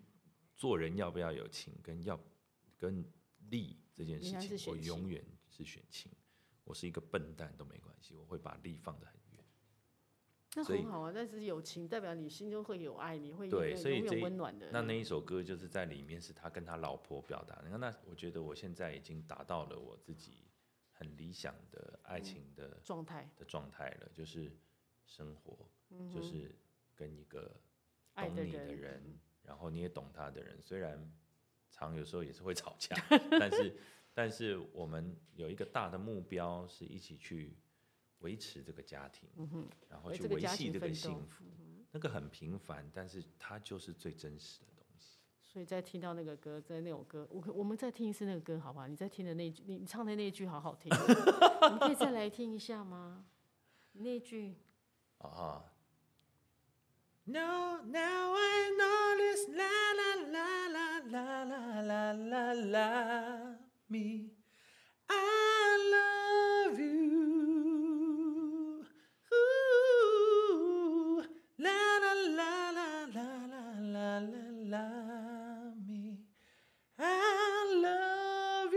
[SPEAKER 1] 做人要不要有情，跟要跟利这件
[SPEAKER 2] 你还
[SPEAKER 1] 事
[SPEAKER 2] 是
[SPEAKER 1] 情，我
[SPEAKER 2] 选情
[SPEAKER 1] 永远是选情。我是一个笨蛋都没关系，我会把利放得很远。
[SPEAKER 2] 那
[SPEAKER 1] 所以
[SPEAKER 2] 很好啊。但是友情代表你心中会有爱，你会
[SPEAKER 1] 对
[SPEAKER 2] 永
[SPEAKER 1] 所以
[SPEAKER 2] 远永
[SPEAKER 1] 这
[SPEAKER 2] 远
[SPEAKER 1] 一
[SPEAKER 2] 温暖的人。
[SPEAKER 1] 那那一首歌就是在里面是他跟他老婆表达的。那那我觉得我现在已经达到了我自己很理想的爱情的
[SPEAKER 2] 状态，
[SPEAKER 1] 的状态了，就是生活，就是跟一个
[SPEAKER 2] 嗯爱
[SPEAKER 1] 懂
[SPEAKER 2] 的
[SPEAKER 1] 你的
[SPEAKER 2] 人
[SPEAKER 1] 人，然后你也懂他的人，虽然常有时候也是会 吵架，但是但是我们有一个大的目标，是一起去维持这个家庭，
[SPEAKER 2] 嗯哼，
[SPEAKER 1] 然后
[SPEAKER 2] 为
[SPEAKER 1] 去
[SPEAKER 2] 这个
[SPEAKER 1] 维
[SPEAKER 2] 家
[SPEAKER 1] 系
[SPEAKER 2] 庭
[SPEAKER 1] 这个
[SPEAKER 2] 奋
[SPEAKER 1] 幸
[SPEAKER 2] 斗嗯
[SPEAKER 1] 福。那个很平凡，但是它就是最真实的东西。
[SPEAKER 2] 所以再听到那个歌，在那首歌，我可我们再听一次那个歌好不好？你再听的那一句，你你唱的那一句好好听， 你可以再来听一下吗？那一句
[SPEAKER 1] 啊。No, now I know this la la la la la la la la la me. I love you. Ooh, la la la la la la la la la me. I love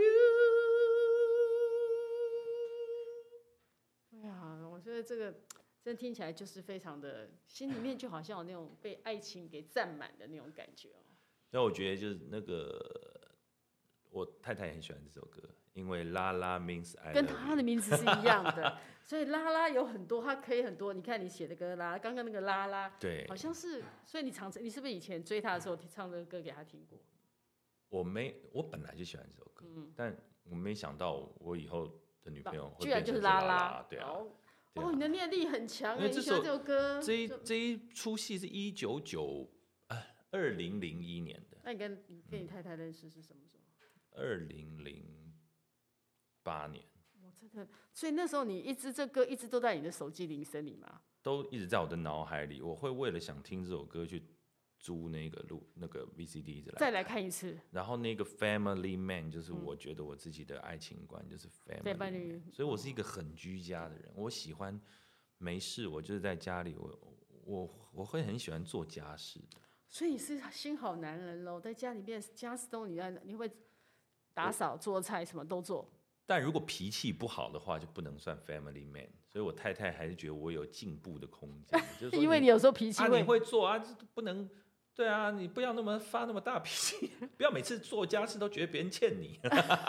[SPEAKER 1] you.
[SPEAKER 2] 对啊，我觉得这个真的听起来就是非常的，心里面就好像有那种被爱情给占满的那种感觉哦。
[SPEAKER 1] 那我觉得就是那个，我太太也很喜欢这首歌，因为啦啦 means I
[SPEAKER 2] 跟
[SPEAKER 1] love
[SPEAKER 2] 他
[SPEAKER 1] you
[SPEAKER 2] 的名字是一样的，所以拉拉有很多，它可以很多。你看你写的歌啦，刚刚那个拉拉，
[SPEAKER 1] 对
[SPEAKER 2] 好，像是，所以你常你是不是以前追他的时候唱这个歌给他听过？
[SPEAKER 1] 我没我本来就喜欢这首歌，但我没想到我以后的女朋友会
[SPEAKER 2] 嗯居然
[SPEAKER 1] 变
[SPEAKER 2] 就
[SPEAKER 1] 成
[SPEAKER 2] 是
[SPEAKER 1] 是
[SPEAKER 2] 拉
[SPEAKER 1] 啦，对啊。
[SPEAKER 2] 哦，
[SPEAKER 1] 对啊
[SPEAKER 2] 哦你的念力很强
[SPEAKER 1] 因
[SPEAKER 2] 哎，
[SPEAKER 1] 为
[SPEAKER 2] 你
[SPEAKER 1] 这
[SPEAKER 2] 喜欢
[SPEAKER 1] 首
[SPEAKER 2] 这首歌，
[SPEAKER 1] 这一
[SPEAKER 2] 就
[SPEAKER 1] 这一出戏是一九九啊二零零一年的，
[SPEAKER 2] 那你跟你跟你太太认识是什么时候？
[SPEAKER 1] 嗯二零零八年
[SPEAKER 2] 我真的，所以那时候你一直这歌一直都在你的手机铃声里嘛？
[SPEAKER 1] 都一直在我的脑海里，我会为了想听这首歌去租那个录那个 VCD 一直来
[SPEAKER 2] 再来看一次，
[SPEAKER 1] 然后那个 family man 就是我觉得我自己的爱情观就是 family，
[SPEAKER 2] 嗯
[SPEAKER 1] man，
[SPEAKER 2] 伴侣
[SPEAKER 1] 所以我是一个很居家的人，我喜欢没事我就是在家里，我我我会很喜欢做家事的，
[SPEAKER 2] 所以你是新好男人喽，在家里面家事都你要，你会打扫、做菜，什么都做。
[SPEAKER 1] 但如果脾气不好的话就不能算 family man，所以我太太还是觉得我有进步的空间，就是 说
[SPEAKER 2] 因为你有时候脾气
[SPEAKER 1] 啊你
[SPEAKER 2] 会，
[SPEAKER 1] 会做啊，这不能。对啊，你不要那么发那么大脾气， 不要每次做家事都觉得别人欠你。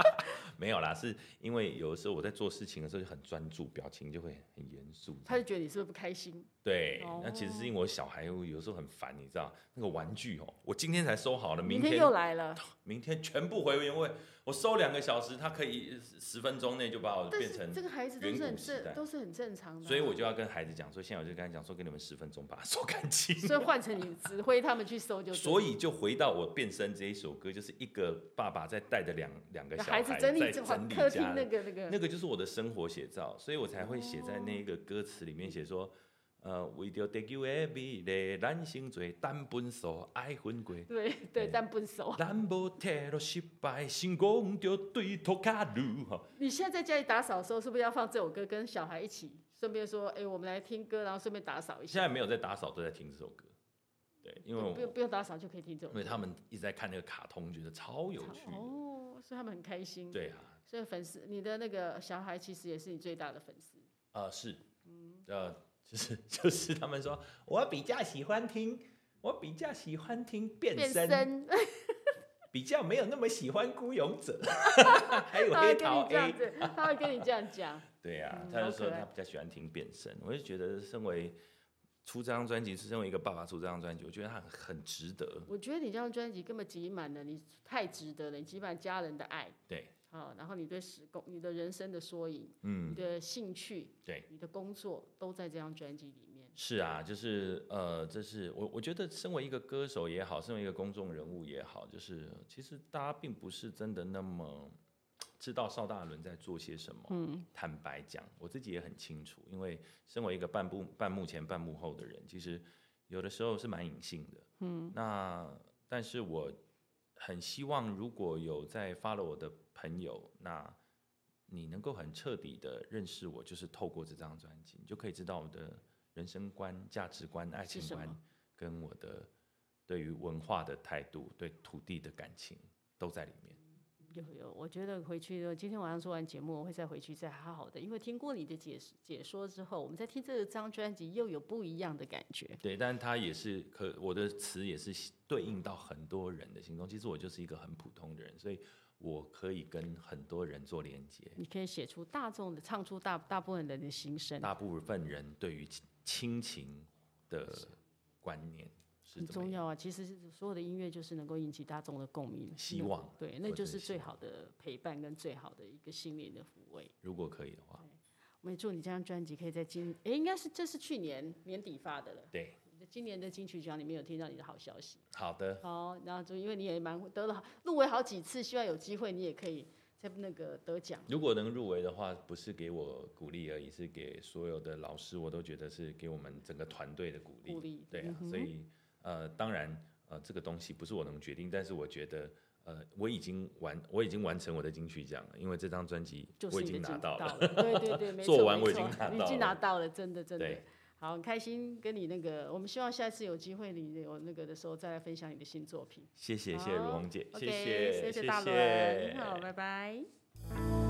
[SPEAKER 1] 没有啦，是因为有的时候我在做事情的时候就很专注，表情就会很严肃。
[SPEAKER 2] 他就觉得你是不是不开心？
[SPEAKER 1] 对，
[SPEAKER 2] 哦
[SPEAKER 1] 那其实是因为我小孩有时候很烦，你知道那个玩具哦，我今天才收好了，
[SPEAKER 2] 明
[SPEAKER 1] 明
[SPEAKER 2] 天又来了，
[SPEAKER 1] 明天全部回原位，我收两个小时，他可以十分钟内就把我
[SPEAKER 2] 但
[SPEAKER 1] 变
[SPEAKER 2] 是
[SPEAKER 1] 成
[SPEAKER 2] 这个孩子都
[SPEAKER 1] 远
[SPEAKER 2] 是
[SPEAKER 1] 古
[SPEAKER 2] 很
[SPEAKER 1] 时代
[SPEAKER 2] 正，都是很正常的啊。
[SPEAKER 1] 所以我就要跟孩子讲说，现在我就跟他讲说，给你们十分钟把它收干净。
[SPEAKER 2] 所以换成你指挥他们去搜就对了。
[SPEAKER 1] 所以就回到我变身这一首歌，就是一个爸爸在带着两两个小孩
[SPEAKER 2] 孩子
[SPEAKER 1] 在
[SPEAKER 2] 整
[SPEAKER 1] 整
[SPEAKER 2] 理
[SPEAKER 1] 理
[SPEAKER 2] 这
[SPEAKER 1] 家里，
[SPEAKER 2] 客厅那个那个
[SPEAKER 1] 那个就是我的生活写照，所以我才会写在那个歌词里面写说，呃，为着地球的美丽，咱先做单本数爱分过，
[SPEAKER 2] 对对，但不熟。
[SPEAKER 1] 咱无退路失败，成功就对头卡路吼。
[SPEAKER 2] 你现在在家里打扫的时候，是不是要放这首歌跟小孩一起？顺便说，哎、我们来听歌，然后顺便打扫一
[SPEAKER 1] 现
[SPEAKER 2] 下。
[SPEAKER 1] 在没有在打扫，都在听这首歌，对，因为
[SPEAKER 2] 不用
[SPEAKER 1] 我
[SPEAKER 2] 不用打扫就可以听这首
[SPEAKER 1] 因
[SPEAKER 2] 歌。
[SPEAKER 1] 为他们一直在看那个卡通，觉得超有趣的，
[SPEAKER 2] 哦，所以他们很开心。，
[SPEAKER 1] 对啊，
[SPEAKER 2] 所以粉丝，你的那个小孩其实也是你最大的粉丝。
[SPEAKER 1] 呃，是，呃，就是 就是他们说，我比较喜欢听，我比较喜欢听变
[SPEAKER 2] 变
[SPEAKER 1] 身，
[SPEAKER 2] 身，
[SPEAKER 1] 比较没有那么喜欢孤勇 者，还有
[SPEAKER 2] 他
[SPEAKER 1] 黑
[SPEAKER 2] 会啊跟你
[SPEAKER 1] 桃
[SPEAKER 2] 这样
[SPEAKER 1] A，
[SPEAKER 2] 子，他会跟你这样讲。
[SPEAKER 1] 对呀、
[SPEAKER 2] 嗯
[SPEAKER 1] 他
[SPEAKER 2] 好
[SPEAKER 1] 就
[SPEAKER 2] 可
[SPEAKER 1] 说
[SPEAKER 2] 爱
[SPEAKER 1] 他比较喜欢听变身，我就觉得身为出这张专辑，是身为一个爸爸出这张专辑，我觉得他很很值得，
[SPEAKER 2] 我觉得你这张专辑根本挤满了，你太值得了，你挤满家人的爱。
[SPEAKER 1] 对，
[SPEAKER 2] 好，然后你对时工、你的人生的缩影、你
[SPEAKER 1] 嗯，
[SPEAKER 2] 的兴趣、
[SPEAKER 1] 对。
[SPEAKER 2] 你的工作，都在这张专辑里面。
[SPEAKER 1] 是啊，就是呃，这是我我觉得，身为一个歌手也好，身为一个公众人物也好，就是其实大家并不是真的那么知道邵大伦在做些什么。
[SPEAKER 2] 嗯，
[SPEAKER 1] 坦白讲，我自己也很清楚，因为身为一个半幕半幕前半幕后的人，其实有的时候是蛮隐性的。嗯，那但是我很希望，如果有在 follow 我的朋友，那你能够很彻底的认识我，就是透过这张专辑，你就可以知道我的人生观、价值观、爱情
[SPEAKER 2] 是什
[SPEAKER 1] 观
[SPEAKER 2] 么，
[SPEAKER 1] 跟我的对于文化的态度、对土地的感情都在里面。
[SPEAKER 2] 有有，我觉得回去呃今天晚上做完节目，我会再回去再好好的，因为听过你的解释解说之后，我们再听这张专辑又有不一样的感觉。
[SPEAKER 1] 对，但它也是可我的词也是对应到很多人的心中。其实我就是一个很普通的人，所以我可以跟很多人做连接。
[SPEAKER 2] 你可以写出大众的，唱出大大部分人的心声，
[SPEAKER 1] 大部分人对于亲亲情的观念是怎么
[SPEAKER 2] 很重
[SPEAKER 1] 样？
[SPEAKER 2] 要啊。其实所有的音乐就是能够引起大众的共鸣，
[SPEAKER 1] 希
[SPEAKER 2] 那
[SPEAKER 1] 望
[SPEAKER 2] 对，
[SPEAKER 1] 我
[SPEAKER 2] 那就
[SPEAKER 1] 真的
[SPEAKER 2] 是
[SPEAKER 1] 希
[SPEAKER 2] 最好的陪伴跟最好的一个心灵的抚慰。
[SPEAKER 1] 如果可以的话，
[SPEAKER 2] 我也祝你这张专辑可以在今，哎，应该是这是去年年底发的了。
[SPEAKER 1] 对，
[SPEAKER 2] 今年的金曲奖里面有听到你的好消息。
[SPEAKER 1] 好的，
[SPEAKER 2] 好，然后就因为你也蛮得了入围好几次，希望有机会你也可以在那个得奖。
[SPEAKER 1] 如果能入围的话，不是给我鼓励而已，是给所有的老师，我都觉得是给我们整个团队的鼓励。
[SPEAKER 2] 鼓励嗯
[SPEAKER 1] 对啊，所以呃，当然呃，这个东西不是我能决定，但是我觉得呃，我已经完，我已经完成我的金曲奖了，因为这张专辑
[SPEAKER 2] 就是
[SPEAKER 1] 我已
[SPEAKER 2] 你的
[SPEAKER 1] 经拿
[SPEAKER 2] 进
[SPEAKER 1] 到了。
[SPEAKER 2] 了，对对对，没错，
[SPEAKER 1] 做完
[SPEAKER 2] 没
[SPEAKER 1] 我已
[SPEAKER 2] 错
[SPEAKER 1] 经拿
[SPEAKER 2] 你
[SPEAKER 1] 到
[SPEAKER 2] 已经
[SPEAKER 1] 了
[SPEAKER 2] 拿到了，真的真的
[SPEAKER 1] 对。
[SPEAKER 2] 好，很开心跟你那个，我们希望下次有机会你有那个的时候再来分享你的新作品。
[SPEAKER 1] 谢谢，谢谢
[SPEAKER 2] 好
[SPEAKER 1] 如虹姐，
[SPEAKER 2] OK，
[SPEAKER 1] 谢谢，
[SPEAKER 2] 谢大伦，好，拜拜。